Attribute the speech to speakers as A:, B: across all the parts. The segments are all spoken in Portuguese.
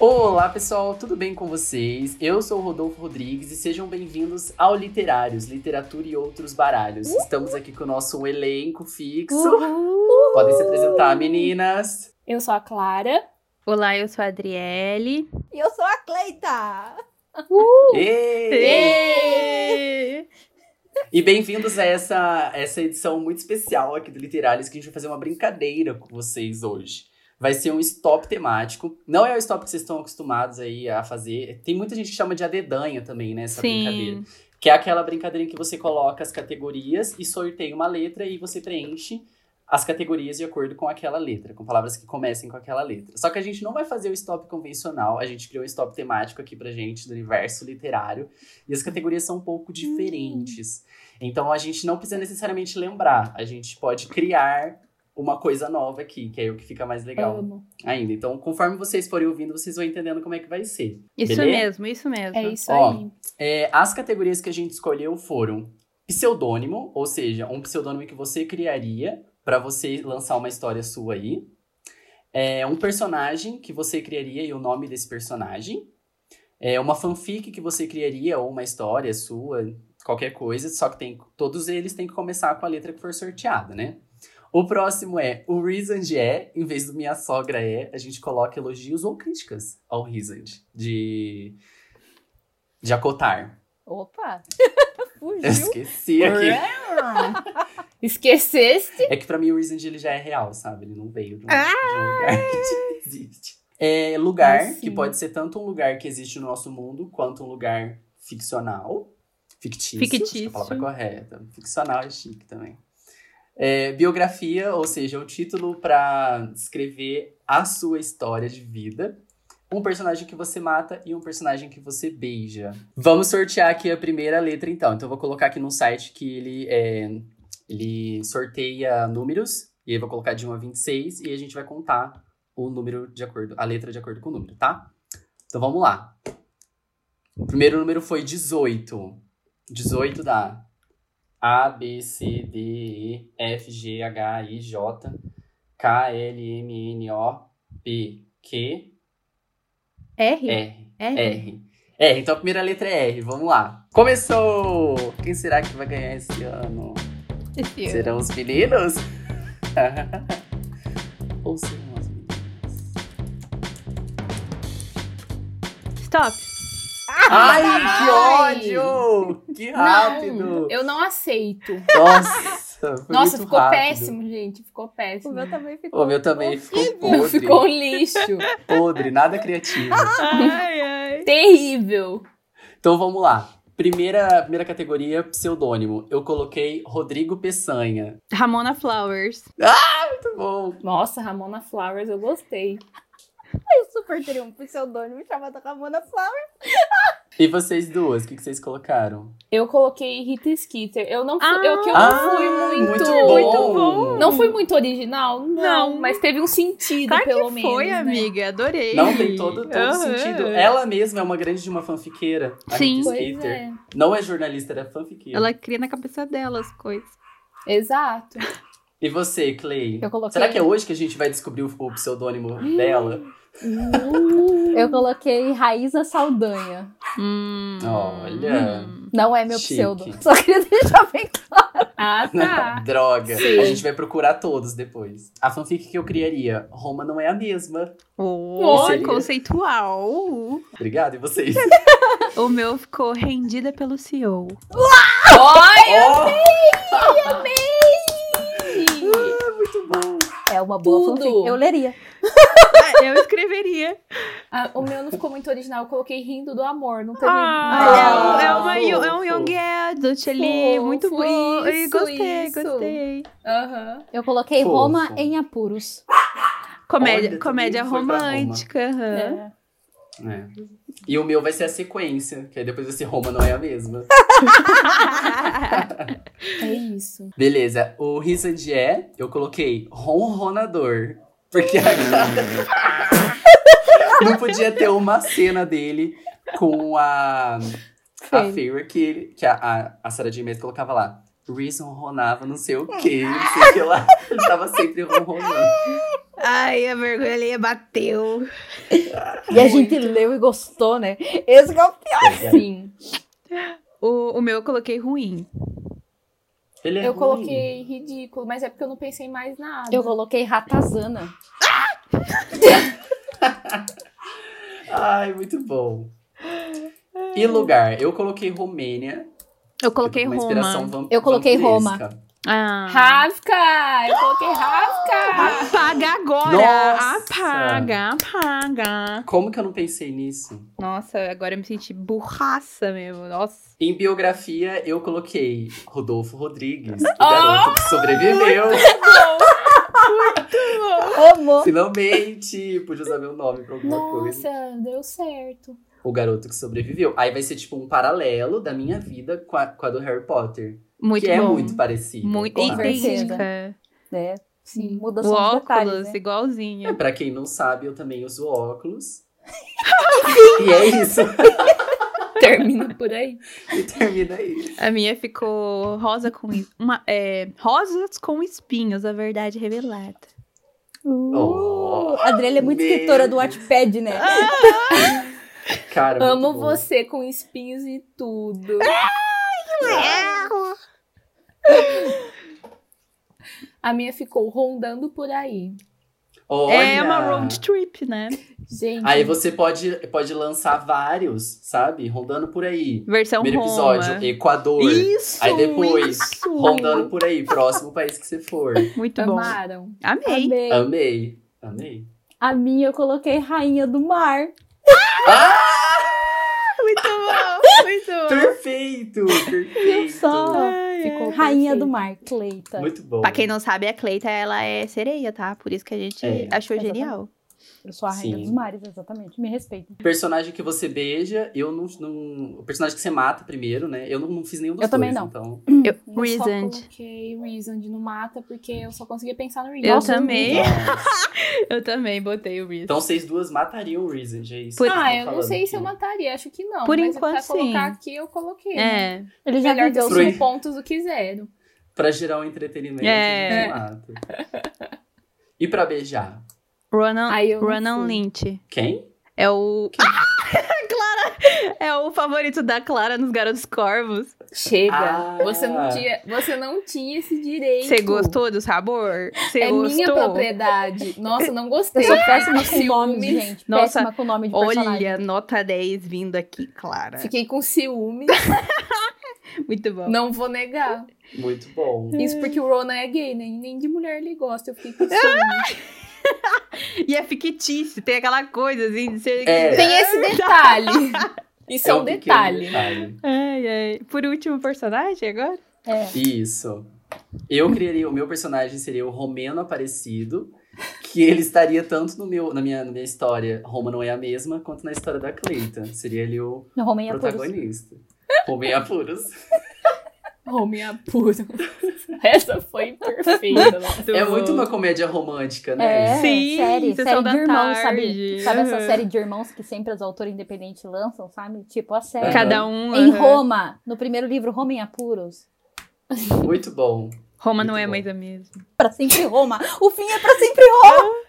A: Olá pessoal, tudo bem com vocês? Eu sou o Rodolfo Rodrigues e sejam bem-vindos ao Literários, Literatura e Outros Baralhos. Estamos aqui com o nosso elenco fixo.
B: Uhul!
A: Podem se apresentar, meninas.
C: Eu sou a Clara.
D: Olá, eu sou a Adriele.
B: E eu sou a Cleita!
A: Ei! E bem-vindos a essa, essa edição muito especial aqui do Literários, que a gente vai fazer uma brincadeira com vocês hoje. Vai ser um stop temático. Não é o stop que vocês estão acostumados aí a fazer. Tem muita gente que chama de adedanha também, né? Essa brincadeira.
D: Sim.
A: Que é aquela brincadeira em que você coloca as categorias e sorteia uma letra e você preenche as categorias de acordo com aquela letra, com palavras que comecem com aquela letra. Só que a gente não vai fazer o stop convencional, a gente criou um stop temático aqui pra gente do universo literário e as categorias são um pouco diferentes. Então a gente não precisa necessariamente lembrar, a gente pode criar uma coisa nova aqui, que é o que fica mais legal
C: Amo.
A: ainda. Então, conforme vocês forem ouvindo, vocês vão entendendo como é que vai ser.
D: Isso
A: Beleza?
D: mesmo, isso mesmo.
C: É isso
A: Ó,
C: aí.
A: É, as categorias que a gente escolheu foram pseudônimo, ou seja, um pseudônimo que você criaria para você lançar uma história sua aí. É, um personagem que você criaria e o nome desse personagem. É, uma fanfic que você criaria ou uma história sua, qualquer coisa, só que tem, todos eles têm que começar com a letra que for sorteada, né? O próximo é o Rizand é, em vez do Minha Sogra é, a gente coloca elogios ou críticas ao Rizand, de, de acotar.
B: Opa!
A: Eu
B: Fugiu!
A: esqueci aqui.
B: Ah.
C: Esqueceste?
A: É que pra mim o Resident ele já é real, sabe? Ele não veio de um, de um lugar que já existe. É lugar,
C: Ah! Ai, sim.
A: que pode ser tanto um lugar que existe no nosso mundo, quanto um lugar ficcional. Fictício. acho que É a
D: Fictício.
A: palavra correta. Ficcional é chique também. É, biografia, ou seja, o título pra descrever a sua história de vida. Um personagem que você mata e um personagem que você beija. Vamos sortear aqui a primeira letra, então. Então, eu vou colocar aqui num site que ele é, ele sorteia números, e aí eu vou colocar de 1 a 26, e a gente vai contar o número de acordo, a letra de acordo com o número, tá? Então vamos lá. O primeiro número foi 18. 18 dá A, B, C, D, E, F, G, H, I, J, K, L, M, N, O, P, Q,
D: R?
A: R.
D: R?
A: R. R, então a primeira letra é R, vamos lá. Começou! Quem será que vai ganhar esse ano?
D: Esse ano.
A: Serão os meninos? Ou serão as meninas?
D: Stop.
A: Ai,
C: Ah, Ai!
A: que ódio! Que rápido!
C: Não, eu não aceito.
A: Nossa, foi
C: Nossa,
A: muito
C: ficou
A: rápido.
C: péssimo, gente. Ficou
B: O
C: péssimo.
B: meu também ficou.
A: O meu também ficou
B: horrível.
A: podre,
C: Ficou um lixo.
A: podre, nada criativo.
D: Ai, ai.
C: Terrível.
A: Então vamos lá. Primeira, primeira categoria, pseudônimo. Eu coloquei Rodrigo Peçanha.
D: Ramona Flowers.
A: Muito bom.
C: Nossa, Ramona Flowers, eu gostei.
B: Eu super teria um pseudônimo chamado Ramona Flower.
A: E vocês duas, o que, que vocês colocaram?
C: Eu coloquei Rita Skeeter. Eu não fui,
D: Ah,
C: eu que eu não
A: Ah,
C: fui muito,
A: muito bom.
D: muito bom.
C: Não fui muito original, não,
D: Não.
C: mas teve um sentido
D: Claro
C: pelo
D: que
C: menos.
D: foi,
C: né?
D: amiga. Adorei.
A: Não tem todo, todo
D: Aham.
A: sentido. Ela mesma é uma grande de uma fanfiqueira. a
D: Sim.
A: Rita
C: Pois
A: Skeeter.
C: é.
A: Não é jornalista, ela é fanfiqueira.
D: Ela cria na cabeça dela as coisas.
C: Exato.
A: E você, Clay?
C: Eu coloquei. Hum.
A: Será que é hoje que a gente vai descobrir o, o pseudônimo dela?
E: Eu coloquei Raíza Saldanha.
D: Hum.
A: Olha.
D: Hum.
E: Não é meu
A: Chique.
E: pseudo. Só queria deixar bem claro.
C: Ah, tá.
A: Droga.
C: Sim.
A: A gente vai procurar todos depois. A fanfic que eu criaria, Roma não é a mesma.
D: Oh,
A: Olha.
D: Conceitual.
A: Obrigado, e vocês?
D: O meu ficou rendida pelo CEO.
C: Olha!
A: Ah, muito bom.
E: É uma boa
C: Tudo.
E: fanfic. Eu leria.
D: Ah, Eu escreveria.
C: Ah, o meu não ficou muito original, eu coloquei rindo do amor, não teve.
D: Ah, é, uma,
A: Ah, fofo.
D: é um Young Adult ali.
C: Fofo,
D: Muito bom. Ai,
C: isso,
D: gostei,
C: isso.
D: gostei.
C: Aham.
E: Eu coloquei
A: Fofo.
E: Roma em apuros.
D: Comédia,
A: Olha,
D: comédia
A: também foi pra Roma.
D: romântica. aham.
C: É.
A: É. E o meu vai ser a sequência, que aí depois vai ser Roma não é a mesma.
C: É isso.
A: Beleza, o Risa de é, eu coloquei ronronador. Porque a cada... Não podia ter uma cena dele com a. A
E: Sim.
A: Feyre que, ele- que a, a, a Sarah J. Maas colocava lá. Reason ronava não sei o que, não sei o que lá. Ele tava sempre ronronando.
D: Ai, a vergonha bateu.
E: E a gente leu e gostou, né? Esse que é o pior. Sim.
D: O, o meu eu coloquei ruim.
A: Ele é
C: Eu
A: ruim.
C: coloquei ridículo, mas é porque eu não pensei em mais nada.
E: Eu coloquei ratazana.
A: Ai, muito bom. E lugar? Eu coloquei Romênia.
D: Eu coloquei
A: uma
D: Roma.
A: inspiração vam-
E: Eu coloquei Roma.
A: vampiresca.
D: Ah.
C: Ravka! Eu coloquei
A: Ah,
C: Ravka!
D: Apaga agora!
A: Nossa!
D: Apaga, apaga.
A: Como que eu não pensei nisso?
D: Nossa, agora eu me senti burraça mesmo. Nossa.
A: Em biografia, eu coloquei Rodolfo Rodrigues, o
D: Ah!
A: garoto que sobreviveu.
E: Amor.
A: Finalmente! Podia usar meu nome pra alguma coisa.
C: Nossa, deu certo.
A: O garoto que sobreviveu. Aí vai ser tipo um paralelo da minha vida com a, com a do Harry Potter.
D: Muito
A: que é
D: bom.
A: muito né? parecido.
D: Muito
E: Com certeza.
D: idêntica.
A: Né?
E: É, sim, muda
D: O
E: só os
D: óculos,
E: detalhes, né?
A: E
D: igualzinho.
A: É, Pra quem não sabe, eu também uso óculos. e é isso.
E: Termina por aí.
A: E termina aí.
D: A minha ficou rosa com es- uma, é, rosas com espinhos, a verdade revelada.
A: Oh.
E: Uh, a Adriana é muito
A: Meu
E: escritora do Wattpad, né?
A: Cara, É muito
C: Amo
A: bom.
C: você com espinhos e tudo. A minha ficou rondando por aí.
A: Olha.
D: É uma road trip, né?
C: Gente,
A: Aí você pode, pode lançar vários, sabe? Rondando por aí.
D: Versão
A: Primeiro
D: É um Roma.
A: episódio, Equador.
D: Isso!
A: Aí depois,
D: isso.
A: Rondando por aí, próximo país que você for.
D: Muito bom.
C: amaram.
D: Amei.
E: Amei.
A: Ah, Amei. Amei.
E: A minha eu coloquei Rainha do Mar.
D: Ah! Muito bom, muito bom.
A: Ah, Perfeito! Perfeito!
E: Só
D: Ficou
E: Rainha
D: perfeito.
E: do Mar, Cleita.
A: Muito bom.
D: Pra quem não sabe, a Cleita, ela é sereia, tá? Por isso que a gente
A: É.
D: achou
E: Exatamente.
D: genial.
E: Eu sou a Rainha
A: Sim.
E: dos Mares, exatamente. Me respeita.
A: Personagem que você beija, eu não, não- O personagem que você mata primeiro, né? Eu não, não fiz nenhum dos
E: Eu também
A: dois, então.
E: não.
D: Eu,
C: Eu só
D: Reasoned.
C: coloquei Reasoned no mata porque eu só conseguia pensar no Reasoned.
D: Eu também.
A: Nossa.
D: Eu também botei o Reasoned.
A: então vocês duas matariam o Reason, é isso?
D: Por-
A: que
C: Ah,
A: tô
C: eu não
A: falando
C: sei se eu
A: aqui.
C: mataria, acho que não.
D: Por
C: mas
D: enquanto,
C: pra colocar
D: sim.
C: aqui, eu coloquei. né?
D: É.
E: Ele já
C: Melhor ter
E: viveu.
A: Destruir.
C: cinco pontos do que zero.
A: Pra gerar um entretenimento,
D: É.
A: a gente mata. E pra beijar?
D: Ronan,
C: Aí eu não
D: Ronan
C: fui.
D: Lynch.
A: Quem?
D: É o. Clara! É o favorito da Clara nos Garotos Corvos.
C: Chega.
A: Ah.
C: Você, não tinha, você não tinha esse direito.
D: Você gostou do sabor? Você
C: É
D: gostou?
C: minha propriedade. Nossa, não
E: Eu
C: gostei.
E: sou péssima com
C: Ciúmes.
E: nomes, gente.
D: Nossa,
E: Péssima com nome de personagem.
D: Olha, nota 10 vindo aqui,
A: É.
D: Clara.
C: Fiquei com ciúme.
D: Muito bom.
C: Não vou negar.
A: Muito bom.
C: Isso porque o Ronan é gay, né? E nem de mulher ele gosta. Eu fiquei com ciúme.
D: E é fictício, tem aquela coisa assim de ser.
A: É.
C: Tem esse detalhe. Isso é um
A: pequeno
C: detalhe.
D: Ai, ai. Por último personagem agora?
E: É.
A: Isso. Eu criaria, o meu personagem seria o Romeno Aparecido, que ele estaria tanto no meu, na, minha, na minha história Roma não é a mesma, quanto na história da Cleita. Seria ele o
E: Romain é puro.
A: protagonista. Romeno Apuros.
C: Homem apuro. Oh, Essa foi perfeita. nossa.
A: É muito uma comédia romântica,
E: É,
A: né?
D: Sim,
E: série,
D: Sessão
E: série
D: da
E: de irmãos,
D: Tarde.
E: sabe? Sabe
D: Uhum.
E: essa série de irmãos que sempre os autores independentes lançam, sabe? Tipo a série.
D: Cada um.
E: Em
D: aham.
E: Roma, no primeiro livro, Roma em Apuros.
A: Muito bom.
D: Roma
A: Muito
D: não é
A: bom.
D: mais a mesma.
E: Pra sempre Roma. O fim é pra sempre Roma.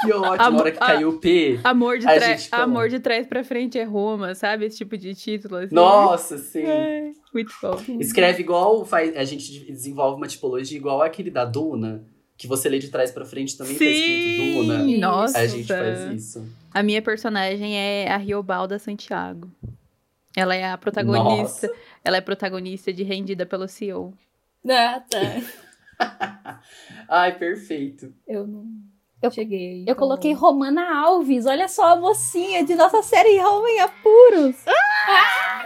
A: Que ótimo, na hora que
D: A-
A: caiu o P.
D: Amor de,
A: A
D: tra-
A: gente falou.
D: Amor de trás pra frente é Roma, sabe? Esse tipo de título. Assim.
A: Nossa, sim.
C: É.
D: Ai, muito bom.
A: Uhum. Escreve igual, faz, a gente desenvolve uma tipologia igual aquele da Duna, que você lê de trás pra frente também tá escrito Duna.
D: Sim, nossa.
A: Aí né? A gente faz isso.
D: A minha personagem é a Riobalda Santiago. Ela é a protagonista. Ela é protagonista de Rendida pelo CEO.
C: Ah, tá.
A: Ai, perfeito.
C: Eu não
E: Eu-
C: cheguei. então.
E: Eu coloquei Romana Alves. Olha só a mocinha de nossa série Roma em Apuros.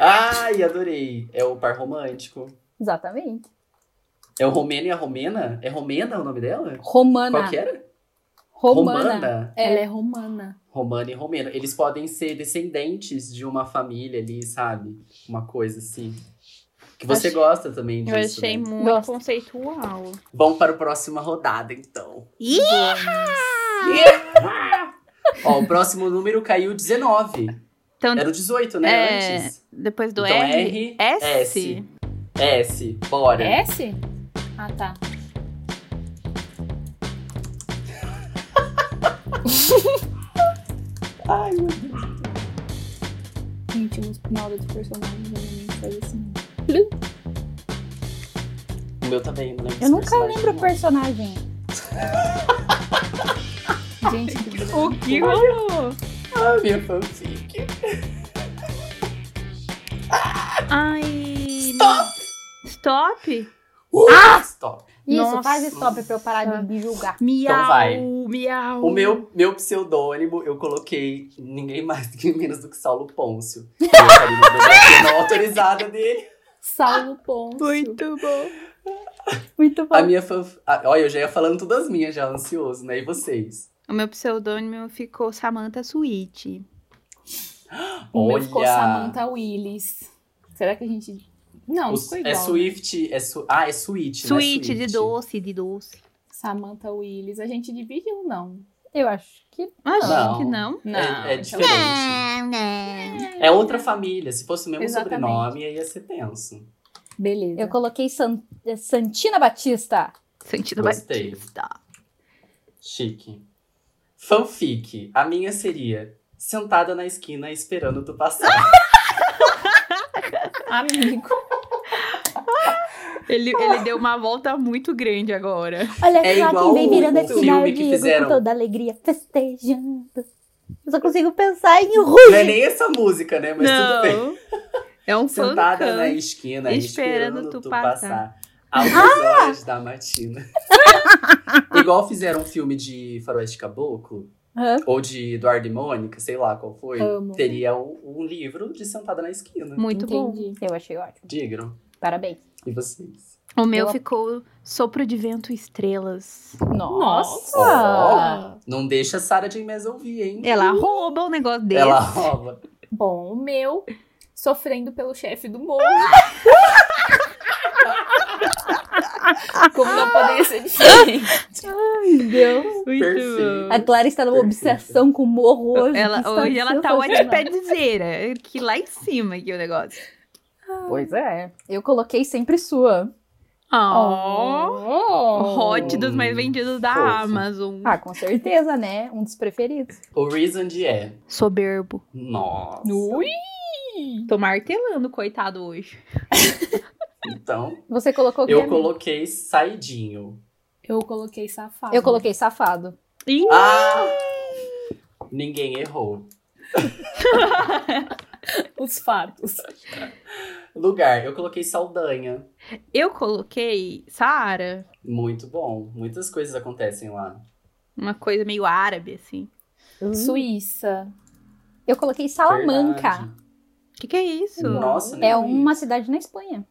A: Ai, adorei. É o par romântico.
E: Exatamente.
A: É o Romeno e a Romena? É Romena o nome dela? Qual
E: Romana.
A: que é? era?
E: Romana.
C: Ela é romana.
A: Romana e Romeno. Eles podem ser descendentes de uma família ali, sabe? Uma coisa assim. Que você
D: Achei-
A: gosta também
D: Eu
A: disso.
D: achei
A: né?
D: muito
E: Gosto.
D: conceitual.
A: Vamos para a próxima rodada, então.
D: Ih!
A: Ó, o próximo número caiu 19.
D: Então,
A: Era o 18, né?
D: É,
A: Antes.
D: depois do
A: então R,
D: R, S.
A: S. S,
E: É?
A: bora.
C: S? Ah, tá.
A: Ai, meu Deus.
C: Gente, no final dos personagens eu nem sei assim.
A: O meu tá né, também, não lembro
E: Eu
A: dos
E: nunca
A: personagens,
E: lembro é. o
A: não.
E: personagem.
C: Gente, que
D: O que rolou?
A: Ah, minha fanfic.
D: Ai. Stop! Stop?
A: Ah! Stop.
E: Isso,
D: Nossa.
E: faz stop pra eu parar de me julgar.
D: Miau!
A: vai.
D: Miau!
A: O meu, meu pseudônimo eu coloquei ninguém mais, ninguém menos do que Saulo Pôncio. Eu faria uma biografia não autorizada dele.
C: Saulo Ponce.
D: Muito bom.
E: Muito
A: A minha fanf... ah, Olha, eu já ia falando todas as minhas, já ansioso, né? E vocês?
D: O meu pseudônimo ficou Samantha Sweet.
C: O meu
A: Olha.
C: ficou Samantha Willis. Será que a gente. Não,
A: Os-
C: isso foi
A: é
C: igual. né?
A: Swift, é su... ah, é Sweet, né?
D: Sweet de doce, de doce.
C: Samantha Willis. A gente dividiu, não.
E: Eu acho que.
D: Achei
A: Não.
D: que não.
C: Não.
A: É, é
C: então-
A: diferente.
D: não.
A: É outra família. Se fosse o mesmo
C: Exatamente.
A: sobrenome, aí ia ser tenso.
C: Beleza.
D: é.
E: Eu coloquei San- eh, Santina Batista.
D: Sentido
A: Gostei.
D: Batista.
A: Chique. Fanfic. A minha seria sentada na esquina esperando tu passar.
C: Amigo.
D: Ele, ele deu uma volta muito grande agora.
E: Olha
A: É
E: só
A: igual
E: quem vem
A: o-
E: virando
A: o
E: aqui
A: filme
E: na
A: que
E: Diego
A: fizeram.
E: com toda alegria, festejando. Eu só consigo pensar em ruim.
A: Não é nem essa música, né? Mas tudo bem.
D: não. É um
A: Sentada né?
D: fancam.
A: na esquina,
D: Esperando
A: esperando,
D: tu
A: tu,
D: passar.
A: passar. Altas horas da matina. Igual fizeram um filme de Faroeste Caboclo,
E: Hã?
A: ou de Eduardo e Mônica, sei lá qual foi.
C: Amo.
A: Teria um, um livro de Sentada na Esquina.
D: Muito bom.
C: Entendi.
E: Eu achei ótimo.
A: Digno.
E: Parabéns.
A: E vocês?
D: O meu
E: Eu-
D: ficou Sopro de Vento e Estrelas.
E: Nossa!
A: Ó, não deixa a Sarah de Inês ouvir, hein?
D: Ela rouba um negócio desse.
A: Ela rouba.
C: Bom, o meu. Sofrendo pelo chefe do morro. Como não poderia ser diferente.
E: Meu Deus.
D: Muito
A: Perfeito.
E: A Clara está numa
A: Perfeito.
E: obsessão com o morro hoje.
D: Ela,
E: que está
D: hoje ela tá
E: sensacional.
D: Wikipedia, que lá em cima aqui o negócio.
E: Pois é. Eu coloquei sempre sua.
D: Oh, hot
E: Hot.
D: dos mais vendidos da
A: Fofo.
D: Amazon.
E: Ah, com certeza, né? Um dos preferidos.
A: O Reason de é.
D: Soberbo.
A: Nossa.
C: Ui!
D: Tô martelando, coitado, hoje.
A: Então,
E: Você colocou
A: eu
E: quem?
A: coloquei saidinho.
C: Eu coloquei safado.
E: Eu coloquei safado.
D: Ih,
A: Ah! Ninguém errou.
C: os fatos.
A: Lugar, eu coloquei Saldanha.
D: eu coloquei Saara,
A: Muito bom. Muitas coisas acontecem lá.
D: uma coisa meio árabe, assim.
E: Hum.
C: Suíça.
E: Eu coloquei Salamanca.
A: Verdade.
D: O que, que é isso?
A: Nossa, nem
E: É
A: vi.
E: uma cidade na Espanha.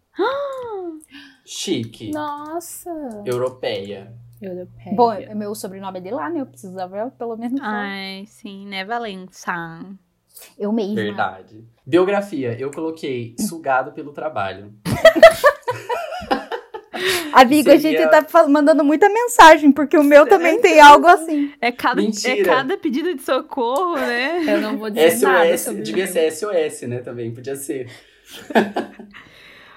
A: Chique.
C: Nossa.
A: Europeia.
C: Europeia.
E: Bom, meu sobrenome é de lá, né? Eu precisava pelo menos.
A: Ah,
D: Ai, sim, né, Valença?
A: é.
E: Eu mesma.
A: Verdade. Biografia, eu coloquei sugado pelo trabalho.
E: Amigo, a gente
A: Seria-
E: tá fal- mandando muita mensagem, porque o meu também tem algo assim.
D: É cada, é
A: Mentira.
D: cada pedido de socorro, né?
C: Eu não vou dizer nada
A: SOS,
C: sobre
A: devia
C: isso.
A: ser SOS, né? Também podia ser.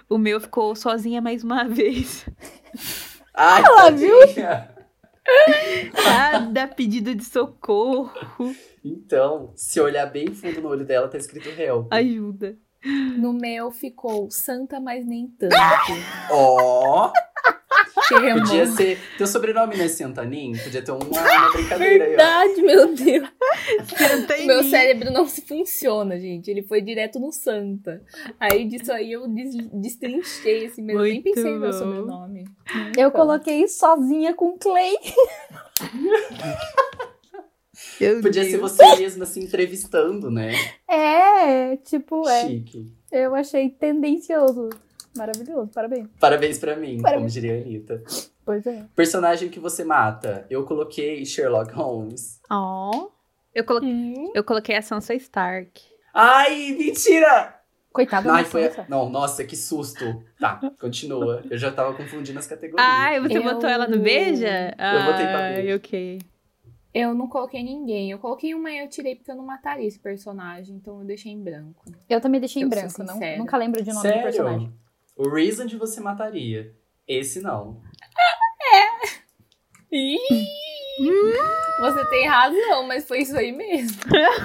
D: O meu ficou sozinha mais uma vez.
A: Ai,
E: Ela viu?
A: tadinha.
D: Cada pedido de socorro.
A: Então, se olhar bem fundo no olho dela, tá escrito réu.
D: Ajuda.
C: No meu ficou santa, mas nem tanto.
A: Ó,
C: Que remoto.
A: podia ser. né? Teu sobrenome não é Sentanin? Podia ter uma, uma brincadeira aí, ó.
C: Verdade, meu Deus.
D: Senta em
C: Meu
D: mim.
C: cérebro não se funciona, gente. Ele foi direto no Santa. Aí disso aí eu des destrinchei esse mesmo. Eu Nem
D: Muito
C: pensei no meu
D: bom.
C: sobrenome.
E: Eu coloquei sozinha com Clay.
D: Meu
A: Podia
D: Deus.
A: ser você mesma se entrevistando, né?
E: É, tipo, é.
A: Chique.
E: Eu achei tendencioso. Maravilhoso, parabéns.
A: Parabéns pra mim, como
E: Parabéns.
A: diria a Anitta.
E: Pois é.
A: Personagem que você mata. Eu coloquei Sherlock Holmes.
D: Ó. Eu, colo... eu coloquei a Sansa Stark.
A: Ai, mentira!
E: Coitado
A: Ai,
E: da
A: foi...
E: Sansa.
A: Não, nossa, que susto. Tá, continua. Eu já tava confundindo as categorias.
D: Ai, você
C: Eu-
D: botou ela no Beija?
A: Eu botei pra
D: Ai,
A: Beija.
D: ok.
C: Eu não coloquei ninguém. Eu coloquei uma e eu tirei porque eu não mataria esse personagem. Então eu deixei em branco.
E: Eu também deixei em
C: Eu sou
E: branco, não,
C: sincera.
E: nunca lembro de nome do personagem.
A: Sério? O Reason de você mataria. Esse não.
C: Ih! Você tem razão, mas foi isso aí mesmo.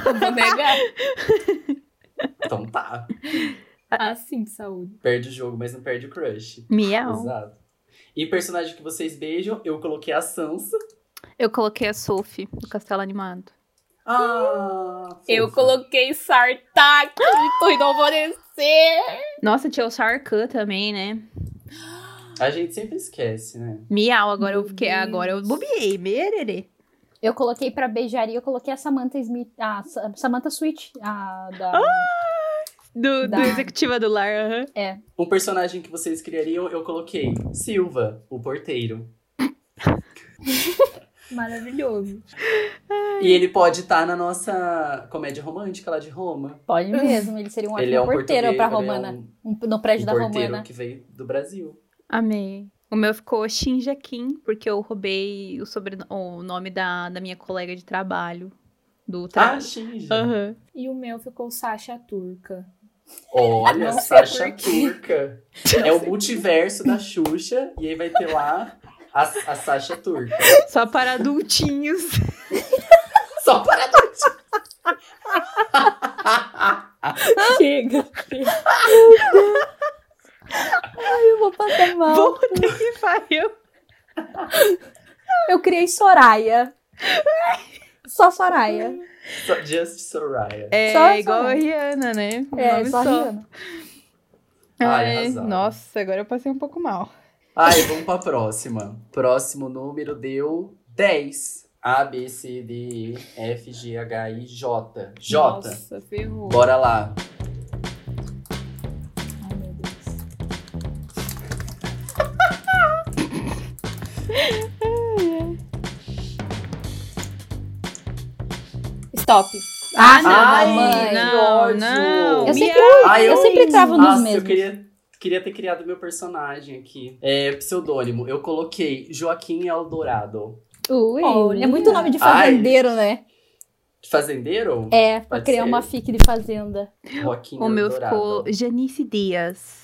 C: Não vou negar.
A: Então tá.
C: Assim, de saúde.
A: Perde o jogo, mas não perde o crush.
D: Miau.
A: Exato. E personagem que vocês beijam, eu coloquei a Sansa.
D: Eu coloquei a Sophie do Castelo Animado.
A: Ah!
C: Eu
A: fofa.
C: coloquei Sartak de Torre Alvorecer.
D: Nossa, tinha o Sarkhan também, né?
A: A gente sempre esquece, né?
D: Miau, agora eu
C: Meu
D: fiquei. Agora eu
C: Deus.
D: bobiei. Mererê.
E: Eu coloquei pra beijaria, eu coloquei a Samantha Smith, a Sa- Samantha Switch, a da...
A: Ah!
D: Do, do
E: Da-
D: executiva do lar. aham.
A: Um personagem que vocês criariam, eu coloquei Silva, o porteiro.
C: Maravilhoso.
A: E ele pode estar na nossa comédia romântica lá de Roma.
E: Pode mesmo, ele seria um ótimo
A: ele é um
E: porteiro pra
A: português, ele é
E: Romana,
A: um-
E: um- no
A: um
E: prédio da
A: porteiro
E: Romana.
A: que veio do Brasil.
D: Amei. O meu ficou Shinja Kim, porque eu roubei o, sobren... o nome da, da minha colega de trabalho. Do
A: Ah,
D: trabalho.
A: Shinja.
C: E o meu ficou Sasha Turca.
A: Olha,
C: Não sei
A: Sasha
C: por quê.
A: Turca. É o multiverso da Xuxa. E aí vai ter lá a, a Sasha Turca.
D: Só para adultinhos.
A: Só para
E: Chega. Ai, eu vou passar mal.
D: Puta que pariu.
E: Eu criei Soraya. Só Soraya.
A: só- Just Soraya.
D: É
E: Só essa,
D: igual a
E: né?
D: Rihanna, né? O
E: É,
D: nome
E: só Rihanna.
A: Ai,
D: Ai,
A: arrasaram.
D: nossa, agora eu passei um pouco mal.
A: Ai, vamos pra próxima. Próximo número deu 10. A, B, C, D, E, F, G, H, I, J. J.
C: Nossa, ferrou.
A: Bora lá.
C: Ai, meu Deus. Stop.
E: Ah, não,
A: Ai,
E: mamãe.
A: que ódio.
D: não.
E: Eu sempre,
D: miau.
A: Ai,
E: Ah, eu,
A: eu-
E: sempre travo nos
A: Nossa, eu
E: mesmos.
A: queria, queria ter criado meu personagem aqui. É, pseudônimo. Eu coloquei Joaquim Eldorado.
E: Ui,
C: Olha.
E: é muito nome de
A: Ai.
E: fazendeiro, né?
A: Fazendeiro?
E: É, pra
A: Pode
E: criar
A: ser.
E: uma fic de fazenda.
A: Joaquim
D: O meu
A: Eldorado.
D: ficou Janice Dias.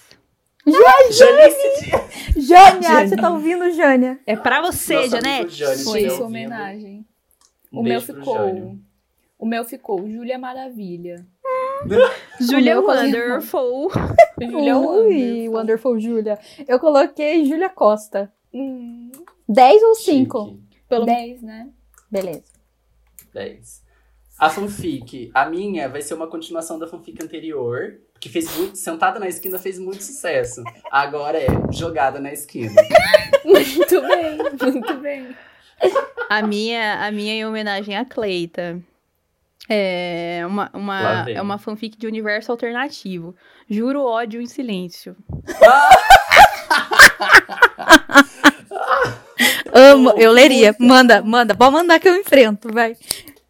A: Janice Um Dias.
E: Jânia, você tá ouvindo, Jânia?
D: É pra você,
A: Nossa,
D: Janete.
A: amigo Jane,
C: Foi
A: se
C: isso,
A: ouvindo.
C: homenagem.
A: Um
C: o meu
A: beijo pro Jânio.
C: ficou. O meu ficou Júlia Maravilha.
D: Julia
E: O meu
D: Wonderful.
C: Júlia
E: Ui,
C: Wonderful.
E: Wonderful Júlia. Eu coloquei Júlia Costa.
C: Hum,
E: 10 ou 5?
A: Chique.
E: Pelo...
C: 10, né?
E: Beleza.
A: 10. A fanfic, a minha, vai ser uma continuação da fanfic anterior, que fez muito. Sentada na esquina fez muito sucesso. Agora é jogada na esquina. É
C: Muito bem, muito bem.
D: A minha, a minha em homenagem à Cleita. É uma,
A: Lá
D: uma,
A: vem.
D: é uma fanfic de universo alternativo. Juro ódio em silêncio.
E: Amo, eu leria. Manda, manda. Pode mandar que eu enfrento, vai.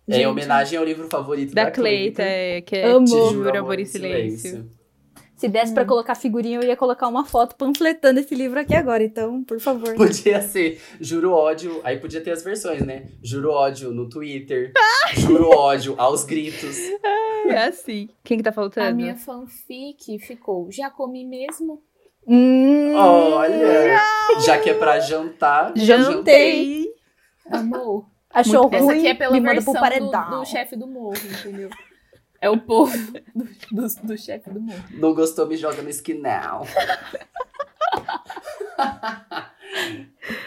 A: É em homenagem ao livro favorito da,
D: Da Cleita, é, que é
E: Amo.
D: Te
A: Te
D: Juro Amor em Silêncio.
E: Se desse
A: Hum.
E: pra colocar figurinha, eu ia colocar uma foto panfletando esse livro aqui agora, então, por favor.
A: Podia ser Juro ódio, aí podia ter as versões, né? Juro ódio no Twitter, juro ódio aos gritos.
D: É assim. Quem que tá faltando?
C: A minha fanfic ficou Já comi mesmo?
E: Hum,
A: Olha, já que é pra jantar,
E: Jantei.
C: Amor.
E: achou
D: Muito-
E: ruim?
C: Essa aqui é pela
E: me manda
C: versão
E: pro
C: do,
E: paredão.
C: do chefe do morro, entendeu? É o povo do, do, do chefe do morro.
A: não gostou, me joga no esquinal.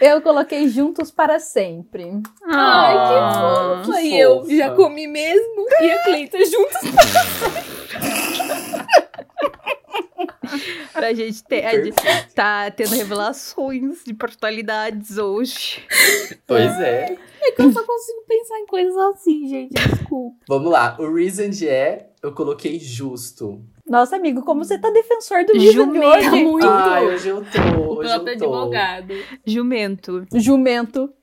E: Eu coloquei juntos para sempre.
C: Ai,
D: Ah.
C: que fofa.
A: que
C: E eu
A: fofa.
C: já comi mesmo e a Cleita juntos.
D: A gente, te- a gente tá tendo revelações de personalidades hoje.
A: Pois é.
C: É que eu só consigo pensar em coisas assim, gente. Desculpa.
A: Vamos lá. O reason de é, eu coloquei justo.
E: Nossa, amigo, como você tá defensor do livro de
D: Jumento.
E: hoje?
C: Muito.
A: Ai, hoje eu tô.
C: o
A: Hoje eu
C: próprio
A: tô.
C: advogado.
D: Jumento.
E: Jumento.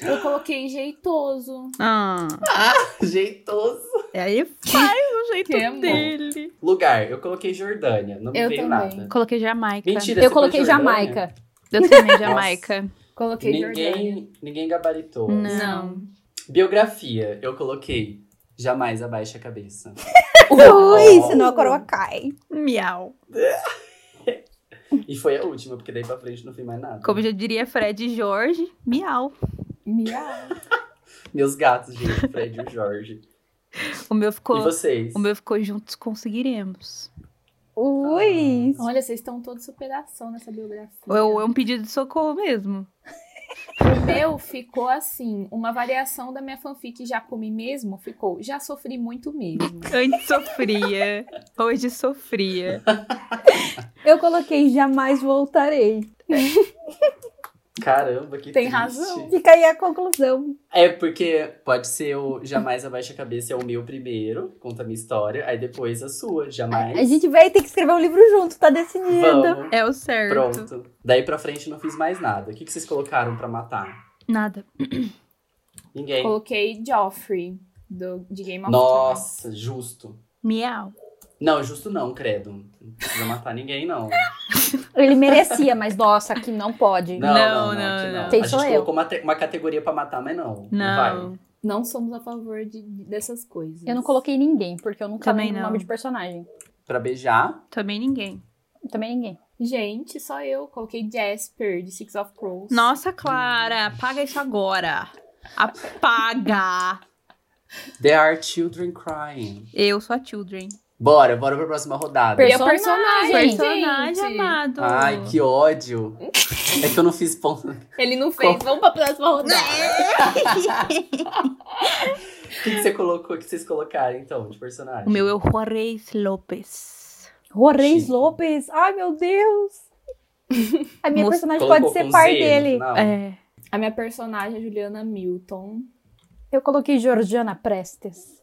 C: Eu coloquei jeitoso.
D: Ah.
A: Jeitoso.
D: Aí faz o jeito
C: Que amor.
D: dele.
A: Lugar, eu coloquei Jordânia. Não me
C: Eu
A: veio
C: também.
A: nada.
D: Coloquei Jamaica.
A: Mentira, você tá
E: Eu
A: foi
E: coloquei
A: Jordânia?
E: Jamaica.
D: Eu também, Jamaica.
C: Coloquei Jordânia.
A: Ninguém, ninguém gabaritou.
D: Não.
A: Biografia, eu coloquei. Jamais abaixe a cabeça.
E: Ui,
A: Oh.
E: senão a coroa cai.
D: Miau.
A: E foi a última, porque daí pra frente não fiz mais nada.
D: Como já diria Fred e Jorge, miau.
C: Miau.
A: Meus gatos, gente, o Fred e o Jorge.
D: O meu
A: E
D: ficou,
A: vocês?
D: o meu ficou juntos conseguiremos.
E: Ui!
C: Olha, vocês estão todos superação nessa biografia.
D: Ou é um pedido de socorro mesmo.
C: O meu ficou assim, uma variação da minha fanfic já comi mesmo, ficou já sofri muito mesmo.
D: Antes sofria, hoje sofria.
E: Eu coloquei jamais voltarei.
A: Caramba, que
C: Tem
A: triste.
C: razão.
E: Fica aí a conclusão.
A: É porque pode ser o Jamais Abaixa a Cabeça é o meu primeiro, conta a minha história, aí depois a sua, Jamais.
E: A gente vai ter que escrever um livro junto, tá decidido.
A: Vamos.
D: É o certo.
A: Pronto. Daí pra frente não fiz mais nada. O que, que vocês colocaram pra matar?
D: Nada.
A: Ninguém.
C: Coloquei Joffrey do, de Game of Thrones.
A: Nossa, justo.
D: Miau.
A: Não, justo não, credo. Não precisa matar ninguém, não.
E: Ele merecia, mas nossa, aqui não pode.
A: Não, não, não.
D: Não, não,
A: que
D: não.
A: não.
E: Quem
A: A
E: sou
A: gente
E: eu?
A: colocou uma, te- uma categoria pra matar, mas não.
D: Não.
A: vai.
C: Não somos a favor de, dessas coisas.
E: Eu não coloquei ninguém, porque eu nunca
D: Também
E: lembro o
D: não.
E: nome de personagem.
A: Pra beijar.
D: Também ninguém.
E: Também ninguém.
C: Gente, só eu coloquei Jasper de Six of Crows.
D: Nossa, Clara, apaga isso agora. Apaga.
A: There are children crying.
D: Eu sou a Children.
A: Bora, bora pra próxima rodada.
E: Per-
C: Meu personagem,
E: Personagem,
D: Personagem
C: gente.
D: amado.
A: Ai, que ódio. É que eu não fiz ponto. O
C: Ele não fez. Vamos pra próxima rodada.
A: que, que você colocou, o que vocês colocaram, então, de personagem?
D: O meu é o Juarez Lopes.
E: Rorreis
A: Chique.
E: Lopes. Ai, meu Deus. A minha
D: Moço-
E: personagem
A: Colocou
E: pode ser
A: com
E: par
A: Z né, no
E: dele.
A: final?
D: É.
C: A minha personagem é Juliana Milton.
E: Eu coloquei Georgiana Prestes.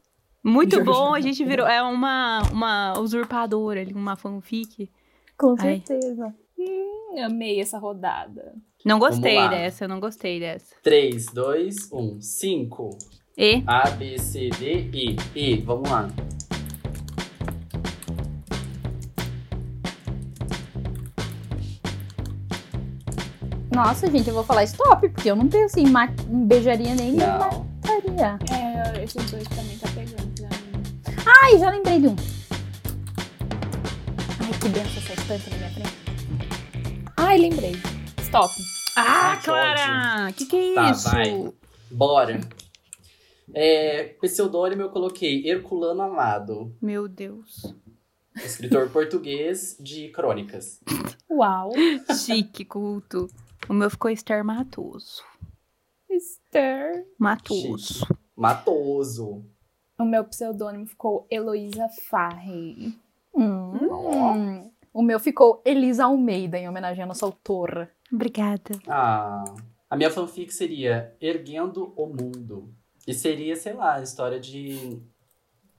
D: Muito
C: Jorge
D: bom, a gente virou. É uma, uma usurpadora ali, uma fanfic.
E: Com
D: Ai.
E: certeza.
C: Hum, Amei essa rodada.
D: Não
A: Vamos
D: gostei
A: lá.
D: dessa, eu não gostei dessa.
A: 3, 2, 1, 5.
D: E
A: um, A, B, C, D, I. I, vamos lá.
E: Nossa, gente, eu vou falar stop, porque eu não tenho assim, ma- beijaria nem
A: Não.
E: mataria.
C: É, esses dois também tá pegando pra mim.
E: Ai, já lembrei de um. Ai, que benção essa estante na minha frente.
C: Ai, lembrei. Stop.
D: Ah,
A: Ai, que
D: Clara! Que que é
A: Tá,
D: isso?
A: vai. Bora. É, pseudônimo eu coloquei Herculano Amado,
D: Meu Deus.
A: escritor português de crônicas.
C: Uau.
D: Chique, culto. O meu ficou Esther Matoso.
C: Esther.
D: Matoso.
A: Matoso.
C: O meu pseudônimo ficou Heloísa Farren.
E: Hum. O meu ficou Elisa Almeida, em homenagem à nossa autora.
D: Obrigada.
A: Ah, a minha fanfic seria Erguendo o Mundo. E seria, sei lá, a história de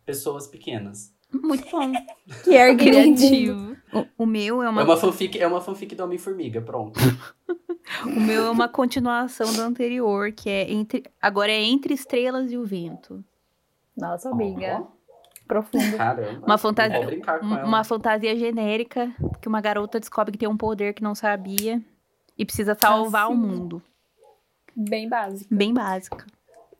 A: pessoas pequenas.
D: Muito bom.
E: Que ergue
D: Criativo. O, o meu é uma,
A: É uma fanfic, é uma fanfic do Homem-Formiga, pronto.
D: o meu é uma continuação do anterior, que é entre. Agora é Entre Estrelas e o Vento.
E: Nossa amiga.
A: Ó,
E: Profunda.
A: caramba.
D: Uma fantasia-
A: Vou brincar com
D: Um-
A: ela.
D: Uma fantasia genérica que uma garota descobre que tem um poder que não sabia e precisa salvar o
C: sim.
D: mundo.
C: Bem básico.
D: Bem básica.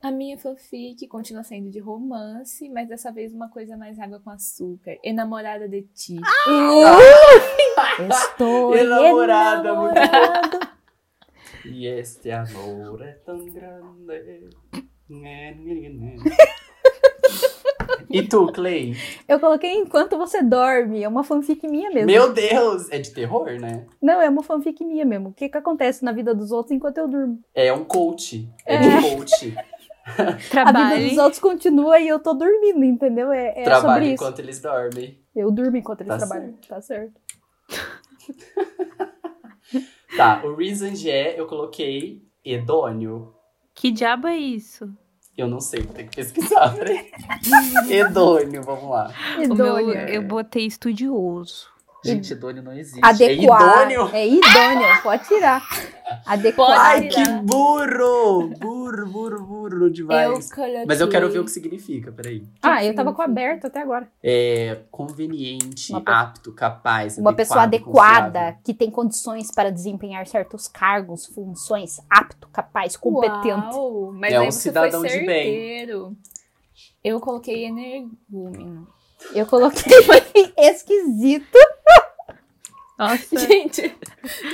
C: A minha fanfic continua sendo de romance, mas dessa vez uma coisa mais água com açúcar. Enamorada de ti.
A: Ah,
E: Estou
A: Enamorada, muito
E: enamorado.
A: E este amor é tão grande. E tu, Clay?
E: Eu coloquei Enquanto Você Dorme. É uma fanfic minha mesmo.
A: Meu Deus! É de terror, né?
E: Não, é uma fanfic minha mesmo. O que, que acontece na vida dos outros enquanto eu durmo?
A: É um coach. É de coach.
E: A vida
D: Trabalhe.
E: dos outros continua e eu tô dormindo, entendeu? É, é
A: Trabalha
E: sobre isso.
A: enquanto eles dormem.
E: Eu durmo enquanto eles
A: Tá
E: trabalham. Tá certo.
A: Tá, o Reason G é, eu coloquei Edônio.
D: Que diabo é isso?
A: Eu não sei, vou ter que pesquisar. peraí. Edônio, vamos lá.
D: O meu,
E: Idôneo.
D: eu botei estudioso.
A: Gente, Edônio não existe.
E: Adequar.
A: É idôneo?
E: É idôneo. Pode tirar. Adequar.
A: Ai, que burro! Burro, burro, burro demais.
C: coloquei...
A: Mas eu quero ver o que significa, peraí.
E: Ah, eu tava
C: significa?
E: com aberto até agora.
A: é, conveniente,
E: Uma pe-
A: apto, capaz,
E: Uma pessoa
A: adequado,
E: adequada,
A: confiável.
E: que tem condições para desempenhar certos cargos, funções, apto, capaz, competente.
C: Uau, mas
A: É
C: aí
A: um
C: você
A: cidadão
C: foi
A: de bem.
C: certeiro. Eu coloquei energúmeno.
E: é Eu coloquei esquisito.
D: Nossa.
C: Gente,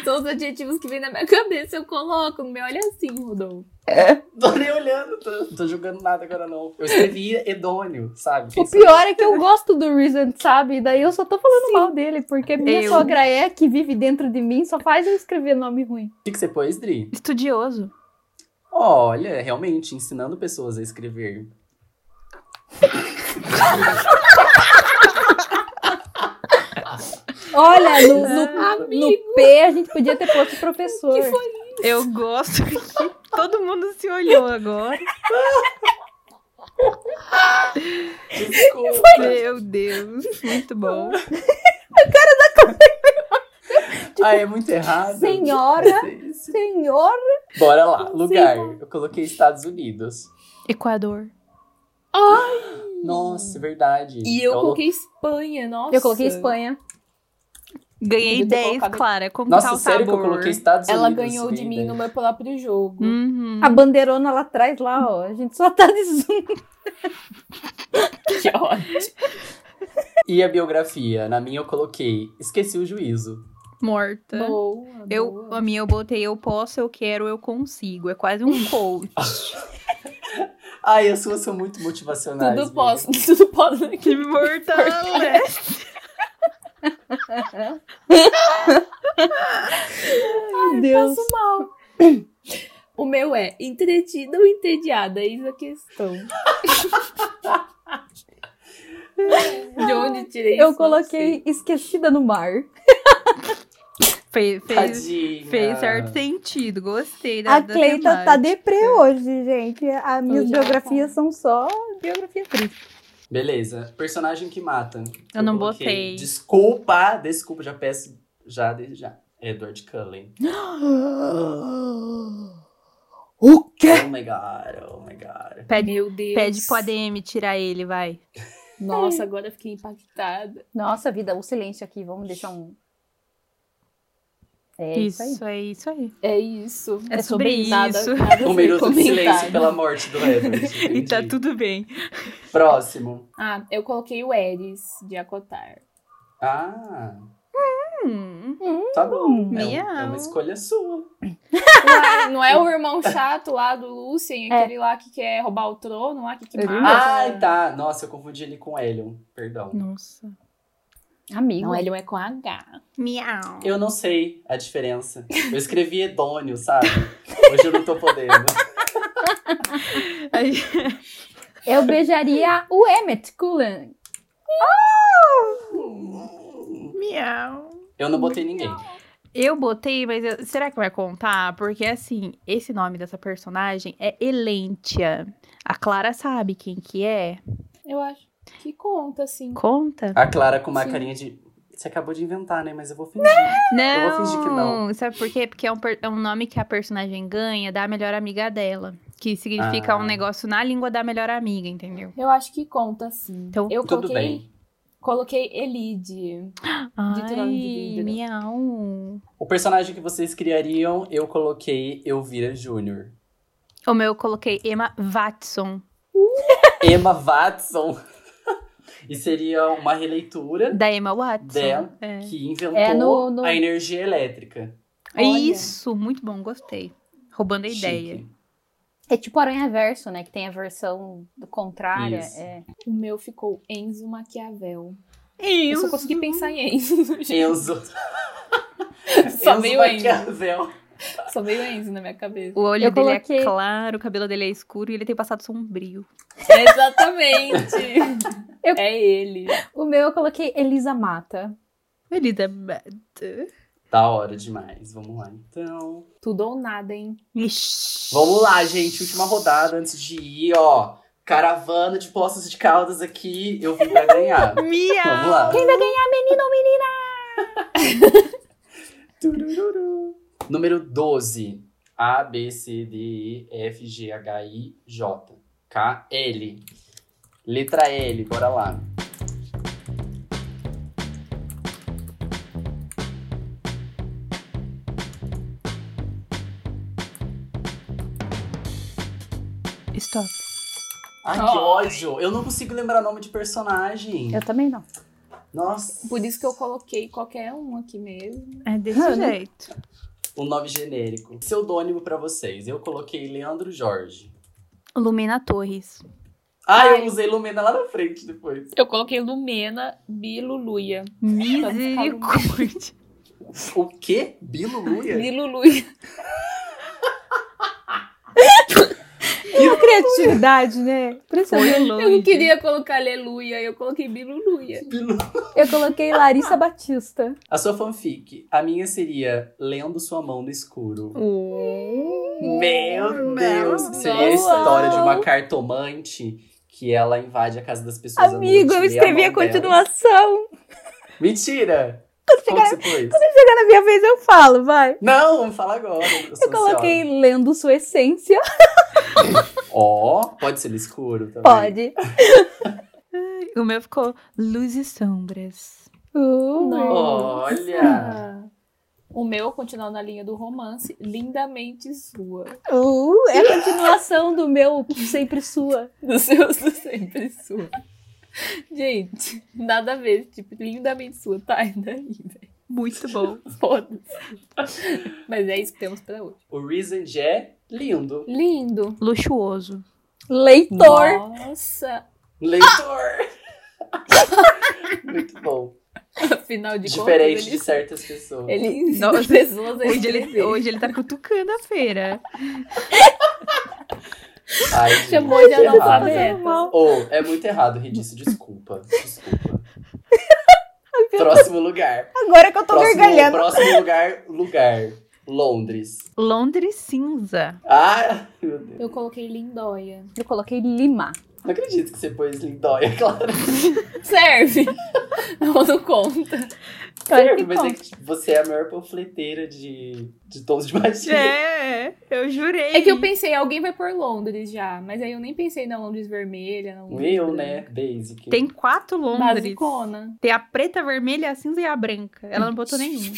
C: todos os adjetivos que vêm na minha cabeça eu coloco. Não me olha assim, Rodolfo.
A: Tô nem olhando, tô, tô julgando nada agora não. Eu escrevi Edônio, sabe?
E: O pior é que eu gosto do Reason, sabe? Daí eu só tô falando mal dele, porque minha
D: Eu.
E: sogra é que vive dentro de mim, só faz eu escrever nome ruim.
A: O que, que você pôs, Dri?
D: Estudioso.
A: Olha, realmente, ensinando pessoas a escrever.
E: Olha, no, no,
C: Ah, Amigo.
E: no P a gente podia ter posto professor.
C: Que foi?
D: Eu gosto que todo mundo se olhou agora.
A: Desculpa.
D: Meu Deus, muito bom.
A: Ah, é muito errado.
E: Senhora.
A: Vocês.
E: Senhor,
A: Bora lá, lugar. Eu coloquei Estados Unidos.
D: Equador.
A: Nossa, verdade.
C: E eu
A: Então,
C: coloquei Espanha, nossa.
E: eu coloquei Espanha.
D: Ganhei
C: Podia ter
D: 10,
C: colocado-
D: Clara. Como
A: Nossa,
D: tá o
A: sério que eu
D: sabor?
A: coloquei Estados
C: Ela
A: Unidos.
C: ganhou de
A: ganhei
C: mim no
A: dez.
C: meu próprio jogo.
E: Hum.
D: Uhum.
C: Hum.
E: A bandeirona lá atrás, lá, ó. A gente só tá de zoom.
C: Que ótimo.
A: E a biografia? Na minha eu coloquei Esqueci o Juízo.
E: É.
D: Morta.
C: Boa,
D: Eu,
C: boa.
D: a minha eu botei eu posso, eu quero, eu consigo. É quase um coach.
A: Ai, as suas são muito motivacionais.
C: Tudo
A: amiga.
C: posso, tudo posso aqui.
D: mortal!
A: né?
D: né?
C: tá
E: Meu Deus.
C: Passo mal. O meu é entretida ou entediada? Eis a questão. De onde tirei isso?
E: Eu
C: Não sei.
E: coloquei esquecida no mar.
D: Fe, fez,
A: Tadinha.
D: fez certo sentido, gostei da
E: A
D: da
E: Cleita tá
D: temática.
E: deprê hoje, gente. As minhas
C: já
E: biografias são só biografia triste.
A: Beleza. Personagem que mata.
D: Eu não
A: coloquei.
D: botei.
A: Desculpa, desculpa, já peço já desde já. Edward Cullen.
E: O quê?
A: Oh my god, oh my god.
D: Pede,
C: Meu Deus.
D: pede pro ADM tirar ele, vai.
C: Nossa, agora eu fiquei impactada.
E: Nossa vida, o silêncio aqui, vamos deixar um. É isso, aí.
D: isso, é isso aí.
C: É isso.
D: É sobre isso.
C: Nada, nada a ser
A: Um minuto de
C: comentado.
A: silêncio pela morte do Edward.
D: E tá
A: entendi.
D: tudo bem.
A: Próximo.
C: Ah, eu coloquei o Eris de Acotar.
A: Ah,
D: Hum.
A: tá bom. É, um-
D: Miau.
A: é uma escolha sua.
C: Uai, não é o irmão chato lá do Lucien, aquele lá que quer roubar o trono lá, que, que
E: Ele-
A: Ai,
C: mata.
A: tá. Nossa, eu confundi ele com Elion. Perdão.
D: Nossa.
E: Amigo.
C: Não, ele é com H.
D: Miau.
A: Eu não sei a diferença. Eu escrevi Edônio, sabe? Hoje eu não tô podendo.
E: Eu beijaria o Emmett Cullen.
D: Miau.
A: Eu não botei ninguém.
D: Eu botei, mas eu- será que vai contar? Porque assim, esse nome dessa personagem é Elentia. A Clara sabe quem que é?
C: Eu acho que conta, assim.
D: Conta?
A: A Clara com uma
C: Sim.
A: carinha de. Você acabou de inventar, né? Mas eu vou fingir.
D: Não.
A: Eu vou fingir que não.
D: Sabe por quê? Porque é um, per- é um nome que a personagem ganha da melhor amiga dela. Que significa
A: Ah.
D: um negócio na língua da melhor amiga, entendeu?
C: Eu acho que conta, sim.
D: Então,
C: eu
A: Tudo
C: coloquei,
A: bem.
C: coloquei Elide. Dito nome de um
D: Ai,
C: vidro.
D: miau.
A: O personagem que vocês criariam, eu coloquei Elvira Júnior.
D: O meu eu coloquei Emma Watson,
A: Emma Watson. e seria uma releitura
D: da Emma Watson.
A: dela
D: É.
A: que inventou
E: É, no- no-
A: a energia elétrica.
D: É
C: Olha.
D: Isso, muito bom, gostei. Roubando a ideia.
A: Chique.
E: É tipo Aranha Verso, né? Que tem a versão do contrária.
A: Isso.
E: É.
C: O meu ficou Enzo Maquiavel. Eu
D: Isso.
C: só consegui pensar em Enzo.
A: Enzo.
C: só
A: Enzo
C: veio Enzo.
A: Maquiavel.
C: Só veio Enzo na minha cabeça.
D: O olho
E: Eu
D: dele é
E: coloquei-
D: claro, o cabelo dele é escuro e ele tem passado sombrio.
C: Exatamente.
E: Eu-
C: É ele.
E: O meu eu coloquei Elisa Mata.
D: Elizabeth.
A: Da Tá hora demais. Vamos lá, então.
C: Tudo ou nada, hein?
D: Ixi.
A: Vamos lá, gente. Última rodada antes de ir, ó. Caravana de poços de caldas aqui. Eu vim pra ganhar.
D: Miau.
A: Vamos lá.
E: Quem vai ganhar, menino ou menina?
A: Turururu. Número 12. A, B, C, D, E, F, G, H, I, J. K, L. Letra L, bora lá.
D: Stop.
A: Ai, que ódio! Eu não consigo lembrar nome de personagem.
E: Eu também não.
A: Nossa.
C: Por isso que eu coloquei qualquer um aqui mesmo.
D: É desse
E: Ah, né?
D: jeito.
A: Um nome genérico. Pseudônimo pra vocês. Eu coloquei Leandro Jorge.
D: Lumina Torres.
A: Ah, eu
C: Ai.
A: usei Lumena lá na frente depois.
C: Eu coloquei Lumena Biluluia.
D: Tá Misericórdia.
A: O quê? Biluluia?
C: Biluluia.
E: Que criatividade, né? Impressionante.
D: Foi
C: Eu não
D: longe.
C: queria colocar Aleluia, eu coloquei Biluluia.
A: Bilu...
E: Eu coloquei Larissa Batista.
A: A sua fanfic. A minha seria Lendo Sua Mão no Escuro. Meu Deus! Seria a história de uma cartomante que ela invade a casa das pessoas. à
E: Amigo,
A: noite,
E: eu
A: lê a
E: escrevi a
A: mão delas.
E: continuação.
A: Mentira! Como que você pôs?
E: Chegar na minha vez eu falo, vai.
A: Não, fala agora. Eu, sou
E: Eu coloquei
A: ansiosa.
E: lendo sua essência.
A: Ó, pode ser no escuro também.
E: Pode.
D: O meu ficou Luz e Sombras.
E: Uh,
A: Olha!
C: O meu, continuando na linha do romance, lindamente sua.
E: uh, é a continuação do meu sempre sua.
C: Dos seus do sempre sua. Gente, nada a ver. Tipo, lindamente sua. Tá, e daí, velho.
D: Muito bom.
C: Foda-se. Mas é isso que temos pra hoje.
A: O Reason é lindo.
E: Ah!
C: Lindo.
D: Luxuoso.
E: Leitor.
C: Nossa.
A: Leitor! Muito bom.
C: Afinal de
A: Diferente de
C: contas,
A: certas pessoas.
C: ele, ele ensina
D: Nossa.
C: as pessoas a
D: Hoje ele,
C: escrever.
D: hoje ele tá cutucando a feira.
A: Ai, gente, é
C: Chamou de
A: errado.
C: analfabeta.
E: Normal.
A: Ou, é muito errado rir disso, desculpa. Desculpa. Próximo lugar.
E: Agora que eu tô
A: Próximo,
E: gargalhando.
A: próximo lugar, lugar. Londres.
D: Londres cinza.
A: Ah, meu Deus.
C: Eu coloquei lindóia.
E: Eu coloquei Lima.
A: Não acredito que você pôs Lindóia, Clara.
C: Serve! Não, não conta.
E: Claro que
A: Mas é
E: conta.
A: que tipo, você é a maior panfleteira de, de tons de magia.
D: É, eu jurei.
C: É que eu pensei, alguém vai por Londres já. Mas aí eu nem pensei na Londres vermelha. Na Londres
A: Eu,
C: branca.
A: né? Basic.
D: Tem quatro Londres.
C: Basicona.
D: Tem a preta, a vermelha, a cinza e a branca. Ela não botou nenhuma.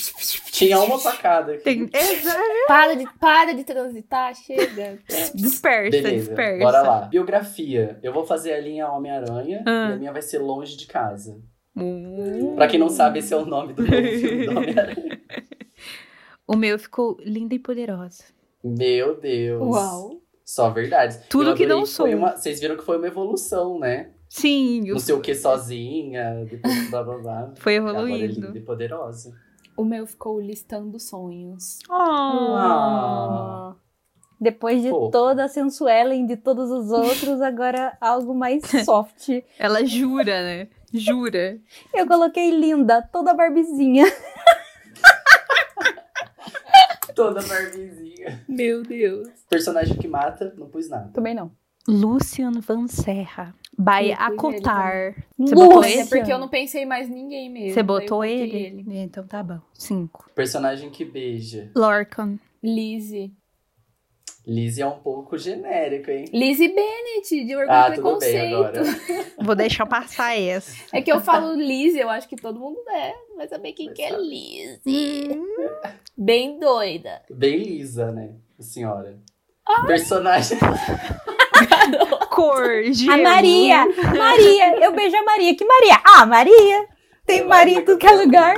A: Tinha uma facada. aqui.
D: Tem... Exa-
C: Para de, para de transitar, chega.
D: Dispersa,
A: Beleza,
D: dispersa.
A: bora lá. Biografia. Eu vou fazer a linha Homem-Aranha
D: Ah.
A: e a minha vai ser Longe de Casa.
D: Uh.
A: Pra quem não sabe, esse é o nome é do novo filme do Homem-Aranha.
D: O meu ficou linda e poderosa.
A: Meu Deus.
C: Uau.
A: Só verdade.
D: Tudo que não sou.
A: Vocês viram que foi uma evolução, né?
D: Sim, o-
A: Não sei o que sozinha, depois blá blá blá.
D: foi
A: Agora é
D: evoluindo.
A: linda e poderosa.
C: O meu ficou listando sonhos.
D: Oh.
A: Ah.
E: Depois de
A: Pô.
E: toda a sensuelen de todos os outros, agora algo mais soft.
D: Ela jura, né? Jura.
E: Eu coloquei linda, toda barbizinha.
A: Toda barbizinha.
C: Meu Deus.
A: Personagem que mata, não pus nada.
E: Também não.
D: Lucian Van Serra. By
C: Eu pus ele
D: Acotar. Você
E: Você
D: botou
C: Mas é
D: esse?
C: porque eu não pensei mais ninguém mesmo.
D: Você
C: Daí eu
D: botou
C: coloquei
D: ele? Então tá bom. Cinco.
A: Personagem que beija.
D: Lorcan.
C: Lizzie.
A: Lizzie é um pouco genérico, hein?
C: Lizzie Bennett, de Orgulho e
A: Ah, tudo bem
C: Preconceito.
A: agora.
D: Vou deixar passar essa.
C: é que eu falo Lizzie, eu acho que todo mundo é. Vai saber quem
A: Vai
C: que é
A: saber.
C: Lizzie. Bem doida.
A: Bem lisa, né? A senhora.
D: Ah.
A: Personagem.
D: Cor,
E: A
D: gelo.
E: Maria! Maria! Eu beijo a Maria. Que Maria? Ah, Maria! Tem
A: Eu
E: Maria em
A: acho que
E: tudo que é
A: eu-
E: lugar.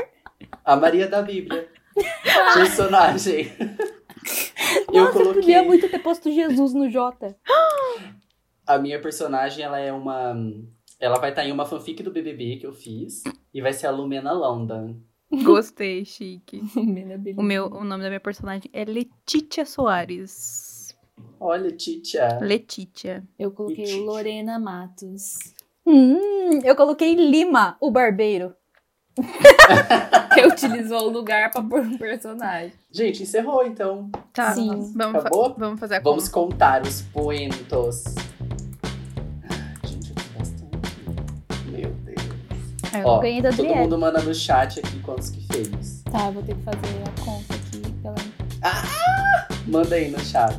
A: A Maria da Bíblia. Personagem. eu
E: Nossa, eu podia
A: coloquei.
E: muito ter posto Jesus no Jota.
A: A minha personagem, ela é uma. Ela vai estar em uma fanfic do BBB que eu fiz. E vai ser a Lumena London.
D: Gostei, chique.
C: Lumena Bennett.
D: O, meu, o nome da minha personagem é Letitia Soares.
A: Olha, Titia.
D: Letitia.
C: Eu coloquei
A: Ixi.
C: Lorena Matos.
E: Hum, eu coloquei Lima, o barbeiro.
C: Que utilizou o lugar pra pôr um personagem.
A: Gente, encerrou então.
D: Tá.
E: Sim.
D: Vamos, fa-
A: Acabou?
D: vamos
E: É
D: fazer a
A: Vamos
D: conta.
A: contar os pontos. Ah, Gente, eu fiz bastante. Meu Deus.
D: É, eu
A: Ó,
E: ganhei da
A: todo
E: Adriele.
A: mundo manda no chat aqui quantos que fez.
C: Tá, eu vou ter que fazer a conta aqui. Pela...
A: Manda aí no chat.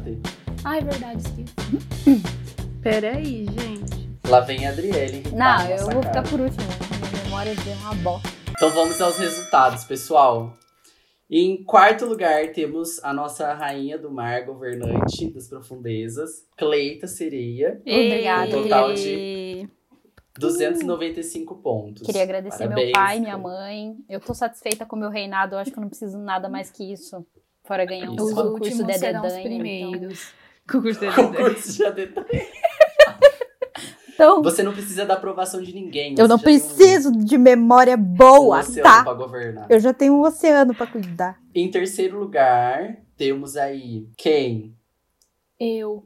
C: Ah, é verdade, esqueci.
D: Peraí, gente.
A: Lá vem a Adriele. irritar a
E: Não, eu
A: nossa
E: vou
A: Ah, cara.
E: ficar por último. Minha memória é uma bosta.
A: Então vamos aos resultados, pessoal. Em quarto lugar, temos a nossa rainha do mar, governante das profundezas, Cleita Sereia.
E: Obrigada.
A: Um total
D: E-
A: 295 pontos.
E: Queria agradecer
A: Parabéns.
E: meu pai, minha mãe. Eu tô satisfeita com o meu reinado, eu acho que eu não preciso nada mais que isso. Fora ganhar um
A: Os
E: concurso de então.
C: serão os
E: Dedé
C: primeiros.
D: Concurso de
A: Concurso já detalhe.
E: Então,
A: Você não precisa da aprovação de ninguém.
E: eu
A: você
E: não
A: já tem um-
E: preciso de memória
A: um
E: boa,
A: oceano
E: tá?
A: pra governar.
E: Eu já tenho um oceano pra cuidar.
A: Em terceiro lugar, temos aí quem?
C: Eu.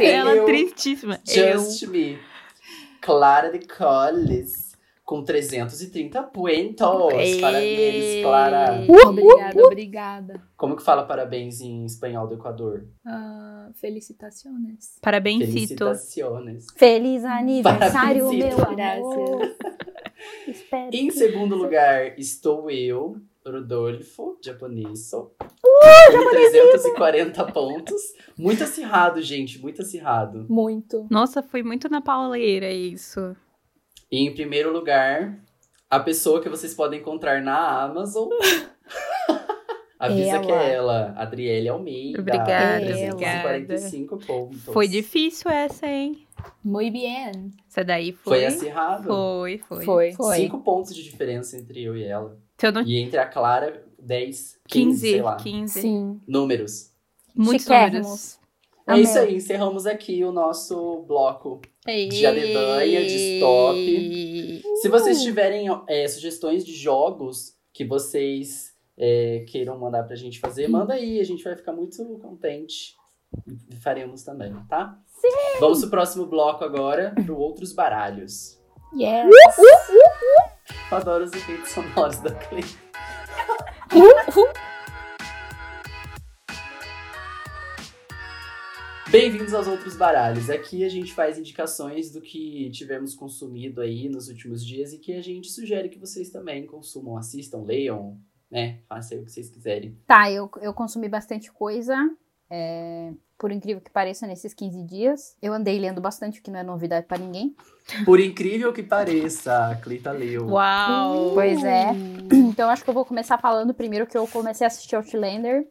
D: Ela é
A: Eu-
D: tristíssima.
A: Just Me. Clara de Collis, com 330 pontos.
D: Ei.
A: Parabéns,
C: Uh,
A: Clara.
C: Obrigada, obrigada.
A: Como que fala parabéns em espanhol do Equador?
C: Ah, felicitaciones.
D: Parabéns, Cito.
A: Felicitaciones.
E: Feliz aniversário,
A: Parabéns,
E: meu
A: Zito.
E: amor. Espero
A: Em
E: que-
A: segundo lugar, estou eu, Rodolfo,
D: Uh,
A: japoneso. com 340 pontos. Muito acirrado, gente, muito acirrado.
C: Muito.
D: Nossa, foi muito na pauleira isso.
A: E em primeiro lugar, a pessoa que vocês podem encontrar na Amazon. Avisa que é ela, Adriele Almeida.
D: Obrigada,
A: 345 pontos.
D: Foi difícil essa, hein?
C: Muy bien.
D: Essa daí
A: Foi, assim
D: foi.
A: acirrado.
D: Foi, foi.
E: Foi.
A: Cinco pontos de diferença entre eu e ela.
D: Se eu não...
A: E entre a Clara, 10, 15,
D: 15,
A: sei lá.
D: 15.
C: Sim.
A: Números.
D: Muitos
E: Chiquérrimos.
D: números.
A: É
E: Amém.
A: isso aí, encerramos aqui o nosso bloco De Alemanha, de stop. Se vocês tiverem é, sugestões de jogos que vocês é, queiram mandar pra gente fazer, manda aí, a gente vai ficar muito contente. E Faremos também, tá? Sim! Vamos pro próximo bloco agora, pro Outros Baralhos.
C: Yes.
A: Eu adoro os efeitos sonoros da Clay. Bem-vindos aos Outros Baralhos. Aqui a gente faz indicações do que tivemos consumido aí nos últimos dias e que a gente sugere que vocês também consumam, assistam, leiam, né? Façam o que vocês quiserem.
E: Tá, eu, eu consumi bastante coisa. é, por incrível que pareça, nesses 15 dias. Eu andei lendo bastante, o que não é novidade pra ninguém.
A: Por incrível que pareça, a Clita leu.
D: Uau!
E: Pois é. Então, acho que eu vou começar falando primeiro que eu comecei a assistir Outlander.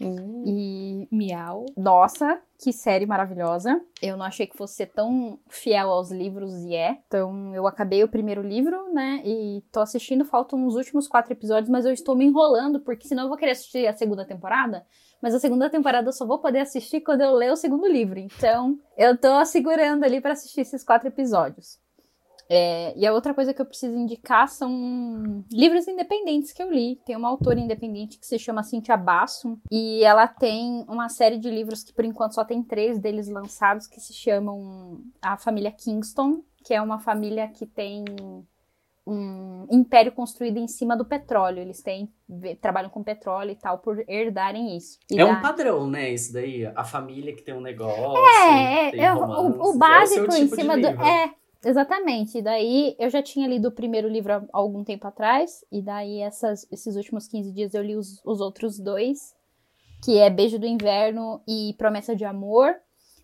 E: E
C: Miau.
E: Nossa, que série maravilhosa. Eu não achei que fosse ser tão fiel aos livros e é. Então, eu acabei o primeiro livro, né? E tô assistindo, faltam os últimos quatro episódios, mas eu estou me enrolando, porque senão eu vou querer assistir a segunda temporada. Mas a segunda temporada eu só vou poder assistir quando eu ler o segundo livro. Então, eu tô segurando ali pra assistir esses quatro episódios. É, e a outra coisa que eu preciso indicar são livros independentes que eu li. Tem uma autora independente que se chama Cintia Basso e ela tem uma série de livros que por enquanto só tem três deles lançados que se chamam a família Kingston, que é uma família que tem um império construído em cima do petróleo. Eles têm ve- trabalham com petróleo e tal por herdarem isso. E
A: É
E: dá-
A: um padrão, né? Isso daí. A família que tem um negócio.
E: é,
A: tem
E: é, é,
A: romances,
E: o, o
A: é
E: básico
A: seu
E: em
A: tipo de
E: cima do.
A: livro.
E: É, exatamente. E daí eu já tinha lido o primeiro livro há algum tempo atrás, e daí essas- esses últimos 15 dias eu li os, os outros dois, que é Beijo do Inverno e Promessa de Amor.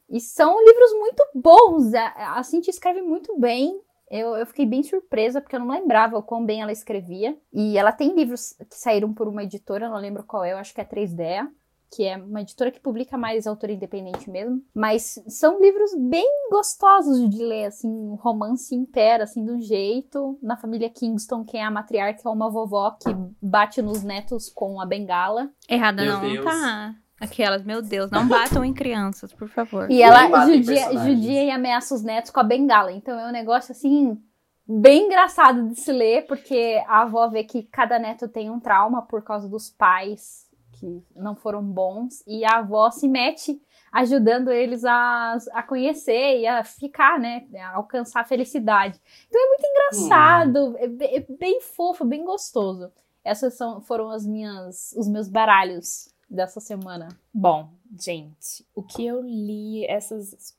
E: E são livros muito bons. A, a Cintia escreve muito bem. Eu, eu fiquei bem surpresa, porque eu não lembrava o quão bem ela escrevia. E ela tem livros que saíram por uma editora, eu não lembro qual é, eu acho que é 3D que é uma editora que publica mais autor independente mesmo, mas são livros bem gostosos de ler, assim, um romance impera, assim, de um jeito. Na família Kingston, quem é a matriarca é uma vovó que bate nos netos com a bengala.
D: Errada
A: Meu
D: não,
A: Deus.
D: tá? Aquelas, meu Deus, não batam em crianças, por favor.
E: E
A: Nem
E: ela
A: matem
E: judia,
A: personagens.
E: judia e ameaça os netos com a bengala. Então é um negócio assim. Bem engraçado de se ler, porque a avó vê que cada neto tem um trauma por causa dos pais que não foram bons, e a avó se mete ajudando eles a, a conhecer e a ficar, né? A alcançar a felicidade. Então é muito engraçado, é, be- é bem fofo, bem gostoso. Essas são, foram as minhas, os meus baralhos dessa semana.
C: Bom, gente, o que eu li essas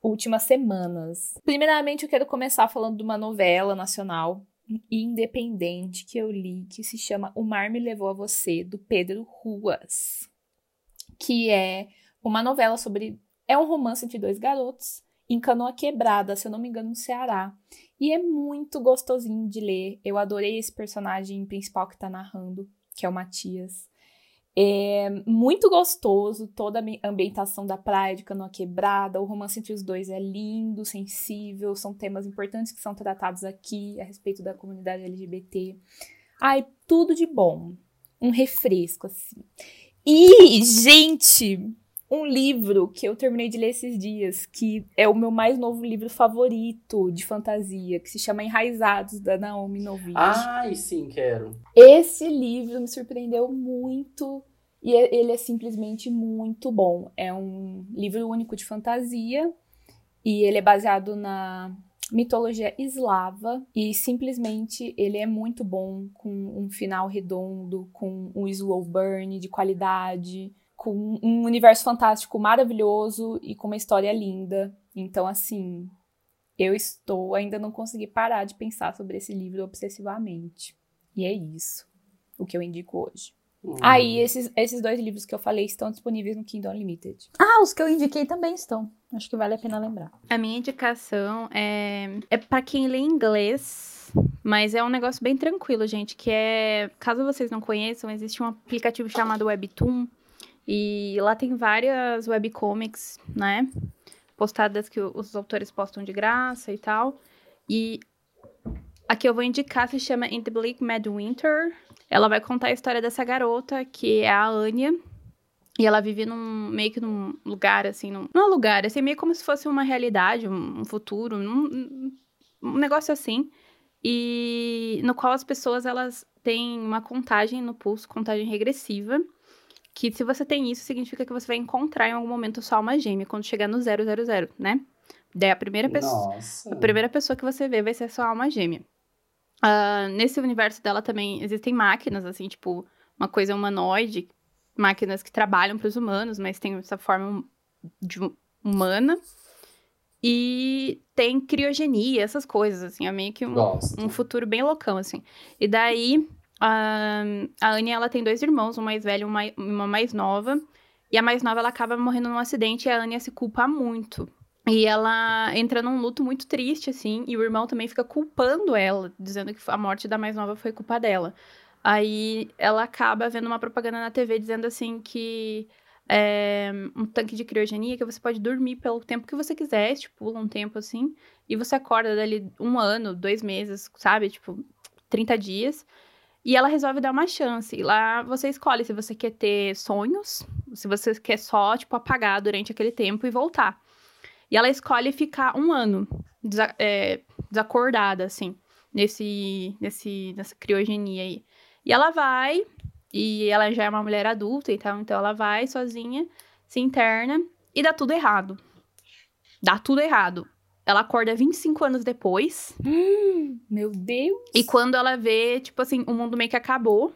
C: últimas semanas? Primeiramente, eu quero começar falando de uma novela nacional e independente que eu li, que se chama O Mar Me Levou a Você, do Pedro Ruas. Que é uma novela sobre. É um romance entre dois garotos em Canoa Quebrada, se eu não me engano, no Ceará. E é muito gostosinho de ler. Eu adorei esse personagem principal que tá narrando, que é o Matias. É muito gostoso toda a ambi- ambientação da praia de canoa quebrada. O romance entre os dois é lindo, sensível. São temas importantes que são tratados aqui a respeito da comunidade LGBT. Ai, tudo de bom. Um refresco, assim. E, gente, um livro que eu terminei de ler esses dias, que é o meu mais novo livro favorito de fantasia, que se chama Enraizados, da Naomi Novich.
A: Ai, sim, quero.
C: Esse livro me surpreendeu muito e é- ele é simplesmente muito bom. É um livro único de fantasia e ele é baseado na mitologia eslava e simplesmente ele é muito bom com um final redondo, com um slow burn de qualidade, com um universo fantástico maravilhoso e com uma história linda. Então assim, eu estou ainda não consegui parar de pensar sobre esse livro obsessivamente. E é isso. O que eu indico hoje.
A: Hum.
C: Aí, esses, esses dois livros que eu falei estão disponíveis no Kindle Unlimited.
E: Ah, os que eu indiquei também estão. Acho que vale a pena lembrar.
D: A minha indicação é, é para quem lê inglês, mas é um negócio bem tranquilo, gente, que é, caso vocês não conheçam, existe um aplicativo chamado Webtoon e lá tem várias webcomics, né, postadas que o- os autores postam de graça e tal. E a que eu vou indicar se chama In the Bleak Midwinter. Ela vai contar a história dessa garota que é a Anya, e ela vive num meio que num lugar, assim, num, não é lugar, assim, meio como se fosse uma realidade, um, um futuro, um, um negócio assim. E no qual as pessoas elas têm uma contagem no pulso, contagem regressiva. Que se você tem isso, significa que você vai encontrar em algum momento sua alma gêmea quando chegar no 000, né? Daí a primeira pessoa.
A: Nossa.
D: A primeira pessoa que você vê vai ser sua alma gêmea. Ah, nesse universo dela também existem máquinas, assim, tipo, uma coisa humanoide, máquinas que trabalham para os humanos, mas tem essa forma hum- de hum- humana. E tem criogenia, essas coisas, assim, é meio que um,
A: Gosto.
D: um futuro bem loucão, assim. E daí, a, a Anne, ela tem dois irmãos, um mais velho e uma, uma mais nova. E a mais nova, ela acaba morrendo num acidente e a Anne se culpa muito. E ela entra num luto muito triste, assim, e o irmão também fica culpando ela, dizendo que a morte da mais nova foi culpa dela. Aí ela acaba vendo uma propaganda na TV dizendo assim que é, um tanque de criogenia que você pode dormir pelo tempo que você quiser, estipula um tempo assim, e você acorda dali um ano, dois meses, sabe? Tipo, 30 dias. E ela resolve dar uma chance. E lá você escolhe se você quer ter sonhos, se você quer só, tipo, apagar durante aquele tempo e voltar. E ela escolhe ficar um ano desa- é, desacordada, assim, nesse, nesse, nessa criogenia aí. E ela vai, e ela já é uma mulher adulta, então, então ela vai sozinha, se interna, e dá tudo errado. Dá tudo errado. Ela acorda 25 anos depois.
C: Meu Deus!
D: E quando ela vê, tipo assim, o mundo meio que acabou.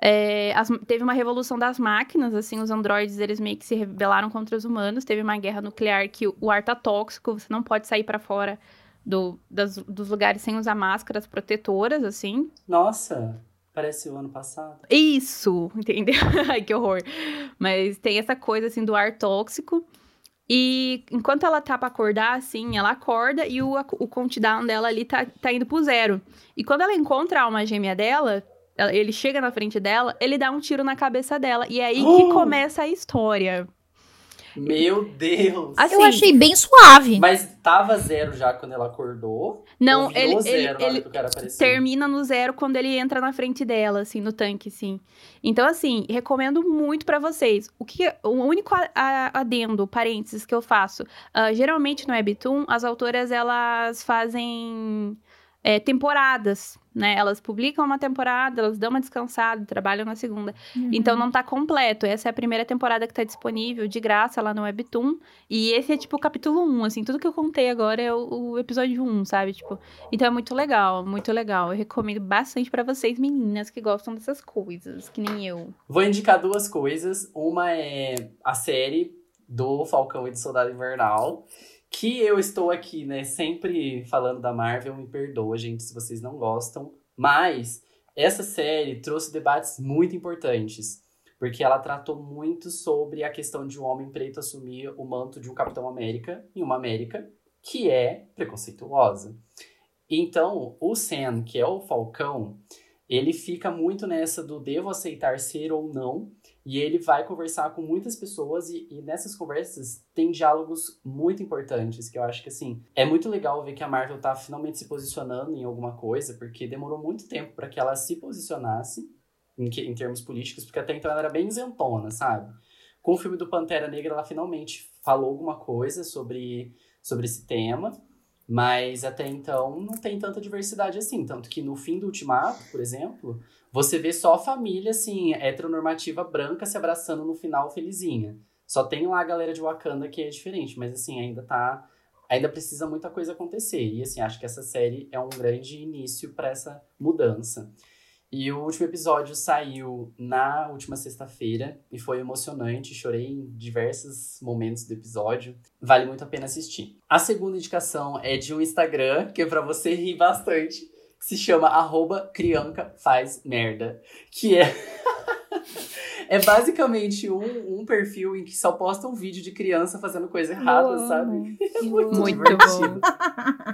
D: É, as- teve uma revolução das máquinas, assim, os androides, eles meio que se rebelaram contra os humanos. Teve uma guerra nuclear que o ar tá tóxico, você não pode sair pra fora do- das- dos lugares sem usar máscaras protetoras, assim.
A: Nossa, parece o ano passado.
D: Isso, entendeu? Ai, que horror. Mas tem essa coisa, assim, do ar tóxico. E enquanto ela tá pra acordar, assim, ela acorda e o, o countdown dela ali tá, tá indo pro zero. E quando ela encontra a alma gêmea dela, ela- ele chega na frente dela, ele dá um tiro na cabeça dela. E é aí que
A: Oh!
D: começa a história.
A: Meu Deus!
D: Hum. Assim,
B: Eu achei bem suave.
A: Mas tava zero já quando ela acordou.
D: não,
A: Ou virou
D: ele,
A: zero
D: ele,
A: na hora
D: ele,
A: que o cara apareceu.
D: termina no zero quando ele entra na frente dela, assim, no tanque, assim. Então, assim, recomendo muito pra vocês. O que o único a- a- adendo, parênteses que eu faço, ah, geralmente no Webtoon, as autoras elas fazem é, temporadas, né? Elas publicam uma temporada, elas dão uma descansada, trabalham na segunda. Então não tá completo. Essa é a primeira temporada que tá disponível de graça lá no Webtoon. E esse é tipo o capítulo 1, assim, tudo que eu contei agora é o, o episódio 1, sabe? Tipo, então é muito legal, muito legal. Eu recomendo bastante pra vocês, meninas que gostam dessas coisas, que nem eu.
A: Vou indicar duas coisas. Uma é a série do Falcão e do Soldado Invernal. Que eu estou aqui, né, sempre falando da Marvel, me perdoa, gente, se vocês não gostam. Mas essa série trouxe debates muito importantes. Porque ela tratou muito sobre a questão de um homem preto assumir o manto de um Capitão América em uma América que é preconceituosa. Então, o Sam, que é o Falcão, Ele fica muito nessa do devo aceitar ser ou não, e ele vai conversar com muitas pessoas, e, e nessas conversas tem diálogos muito importantes, que eu acho que, assim, é muito legal ver que a Marvel tá finalmente se posicionando em alguma coisa, porque demorou muito tempo para que ela se posicionasse em, que- em termos políticos, porque até então ela era bem isentona, sabe? Com o filme do Pantera Negra, ela finalmente falou alguma coisa sobre, sobre esse tema. Mas até então não tem tanta diversidade assim. Tanto que no fim do Ultimato, por exemplo, você vê só a família, assim, heteronormativa branca se abraçando no final felizinha. Só tem lá a galera de Wakanda que é diferente, mas assim, ainda tá. Ainda precisa muita coisa acontecer. E assim, acho que essa série é um grande início para essa mudança. E o último episódio saiu na última sexta-feira e foi emocionante. Chorei em diversos momentos do episódio vale muito a pena assistir. A segunda indicação é de um Instagram, que é pra você rir bastante, que se chama arroba crianca faz merda, que é... é basicamente um, um perfil em que só posta um vídeo de criança fazendo coisa errada,
C: amo.
A: sabe?
C: Eu
D: Muito
C: amo.
D: bom.
A: É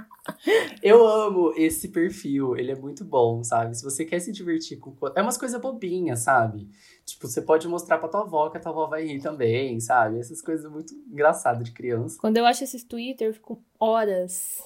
A: Eu amo esse perfil, ele é muito bom, sabe? Se você quer se divertir com. co- É umas coisas bobinhas, sabe? Tipo, você pode mostrar pra tua avó que a tua avó vai rir também, sabe? Essas coisas muito engraçadas de criança.
C: Quando eu acho esses Twitter, eu fico horas.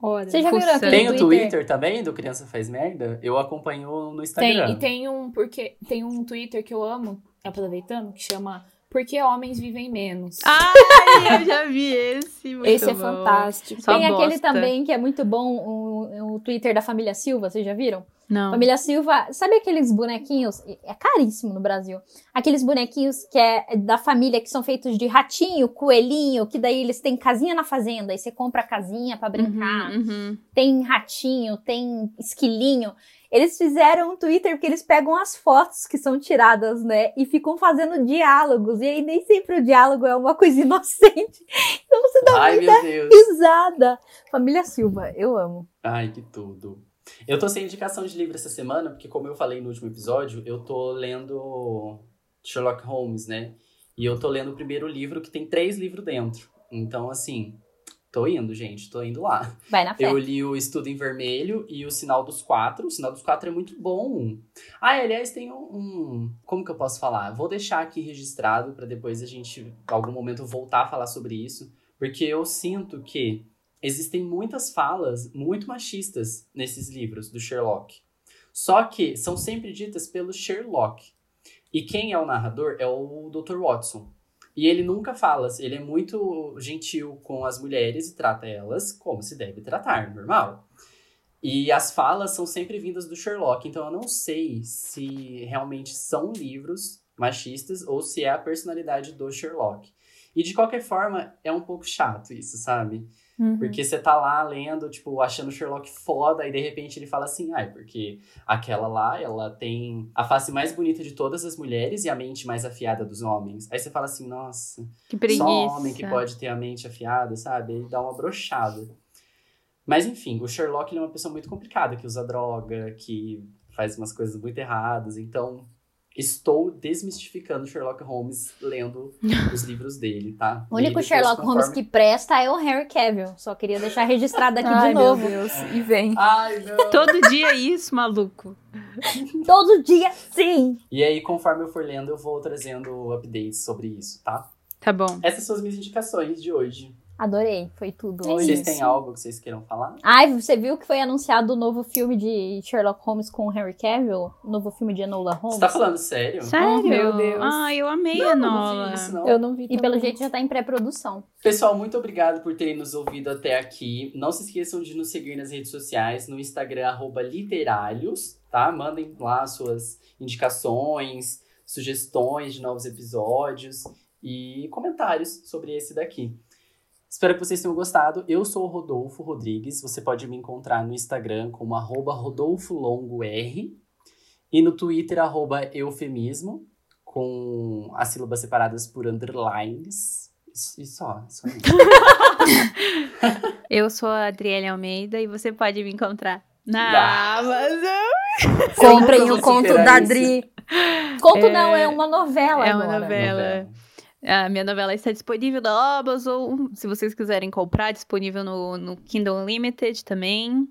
C: Horas.
E: Vocês já viram
D: Fuçando.
E: aquele
A: Tem o
E: Twitter?
A: Twitter também, do Criança Faz Merda? Eu acompanho
E: tá
A: no Instagram.
C: Tem, e tem um porque tem um Twitter que eu amo, aproveitando, que chama Por que homens vivem menos.
E: Ah,
D: Ai, eu já vi esse. Muito
C: Esse é
D: bom.
C: fantástico.
D: Só
E: Tem aquele
D: bosta.
E: também que é muito bom, o, o Twitter da família Silva, vocês já viram?
D: Não.
E: Família Silva, sabe aqueles bonequinhos? É caríssimo no Brasil. Aqueles bonequinhos que é da família, que são feitos de ratinho, coelhinho, que daí eles têm casinha na fazenda, aí você compra a casinha pra brincar.
D: Uhum,
E: Tem ratinho, tem esquilinho. Eles fizeram um Twitter porque eles pegam as fotos que são tiradas, né? E ficam fazendo diálogos. E aí nem sempre o diálogo é uma coisa inocente. Então você dá
A: Ai,
E: muita
A: meu Deus.
E: risada. Família Silva, eu amo.
A: Ai, que tudo. Eu tô sem indicação de livro essa semana, porque como eu falei no último episódio, eu tô lendo Sherlock Holmes, né? E eu tô lendo o primeiro livro, que tem três livros dentro. Então, assim, tô indo, gente, tô indo lá.
E: Vai na fé.
A: Eu li o Estudo em Vermelho e o Sinal dos Quatro. O Sinal dos Quatro é muito bom. Ah, e, aliás, tem um, um- Como que eu posso falar? Vou deixar aqui registrado para depois a gente, em algum momento, voltar a falar sobre isso. Porque eu sinto que existem muitas falas muito machistas nesses livros do Sherlock. Só que são sempre ditas pelo Sherlock. E quem é o narrador é o Dr. Watson. E ele nunca fala, ele é muito gentil com as mulheres e trata elas como se deve tratar, normal. E as falas são sempre vindas do Sherlock, então eu não sei se realmente são livros machistas ou se é a personalidade do Sherlock. E de qualquer forma, é um pouco chato isso, sabe?
E: Hum.
D: uhum.
A: Porque você tá lá lendo, tipo, achando o Sherlock foda, e de repente ele fala assim, ai, porque aquela lá, ela tem a face mais bonita de todas as mulheres e a mente mais afiada dos homens. Aí você fala assim, nossa,
D: Que preguiça.
A: só homem que pode ter a mente afiada, sabe? Ele dá uma brochada. Mas enfim, o Sherlock ele é uma pessoa muito complicada, que usa droga, que faz umas coisas muito erradas. Então, estou desmistificando Sherlock Holmes lendo os livros dele, tá?
E: O único
A: Leia depois
E: Sherlock Holmes
A: conforme-
E: que presta é o Harry Cavill. Só queria deixar registrado aqui
C: Ai,
E: de novo.
C: meu Deus. E vem.
A: Ai, não!
D: Todo dia é isso, maluco.
E: Todo dia, sim.
A: E aí, conforme eu for lendo, eu vou trazendo updates sobre isso, tá?
D: Tá bom.
A: Essas são as minhas indicações de hoje.
E: Adorei, foi tudo
C: É
E: hoje.
A: Vocês têm algo que vocês queiram falar?
E: Ai, você viu que foi anunciado o novo filme de Sherlock Holmes com o Harry Cavill? O novo filme de Enola Holmes?
A: Você tá falando sério?
D: Sério?
C: meu Deus.
D: Ai, eu amei a
A: Eu não
D: Nola.
A: vi isso, não.
C: Eu não vi.
E: E pelo
C: também.
E: jeito já tá em pré-produção.
A: Pessoal, muito obrigado por terem nos ouvido até aqui. Não se esqueçam de nos seguir nas redes sociais, no Instagram, arroba literalhos, tá? Mandem lá suas indicações, sugestões de novos episódios e comentários sobre esse daqui. Espero que vocês tenham gostado. Eu sou o Rodolfo Rodrigues. Você pode me encontrar no Instagram como arroba rodolfolongor e no Twitter, arroba eufemismo, com as sílabas separadas por underlines. E só, só isso. é um
D: Eu sou a Adriele Almeida e você pode me encontrar
A: Ah.
D: na Amazon.
A: nunca
E: Comprem
A: vou
E: o conto
A: superar
E: da
A: isso.
E: Dri. Conto
D: É-
E: não, é uma novela
D: é uma
E: agora.
D: novela. Ela- A minha novela está disponível na Amazon. Se vocês quiserem comprar, disponível no, no Kindle Unlimited também.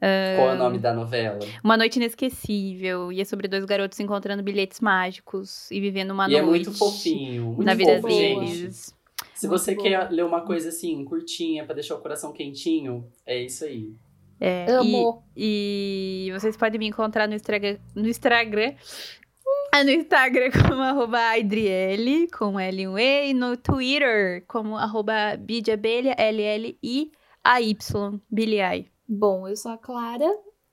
A: Qual é o nome da novela?
D: Uma Noite Inesquecível. E é sobre dois garotos encontrando bilhetes mágicos e vivendo uma
A: e é
D: noite
A: muito fofinho, muito
D: na vida
A: fofo,
D: deles.
A: gente. Se você
C: Muito
A: quer ler uma coisa assim, curtinha, pra deixar o coração quentinho, é isso aí.
D: É,
E: Amo.
D: E, e vocês podem me encontrar no Instagram. No Instagram. Ah, No Instagram como arroba Aidriele, com L e um E, e no Twitter como arroba Bidiabelha, LLI, AY, Biliai.
C: Bom, eu sou a Clara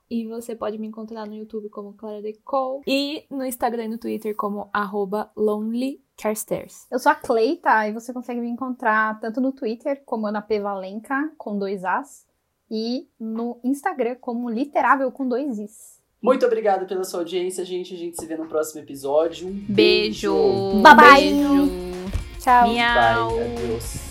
C: e você pode me encontrar no YouTube como Clara Decol e no Instagram e no Twitter como arroba lonelycarstairs.
E: Eu sou a Cleita e você consegue me encontrar tanto no Twitter como na P Valenca com dois As e no Instagram como Literável com dois Is.
A: Muito obrigado pela sua audiência, gente. A gente se vê no próximo episódio. Um
D: Beijo!
E: Bye, bye.
D: Beijo!
E: Tchau.
A: Bye,
D: Miau!
A: adeus.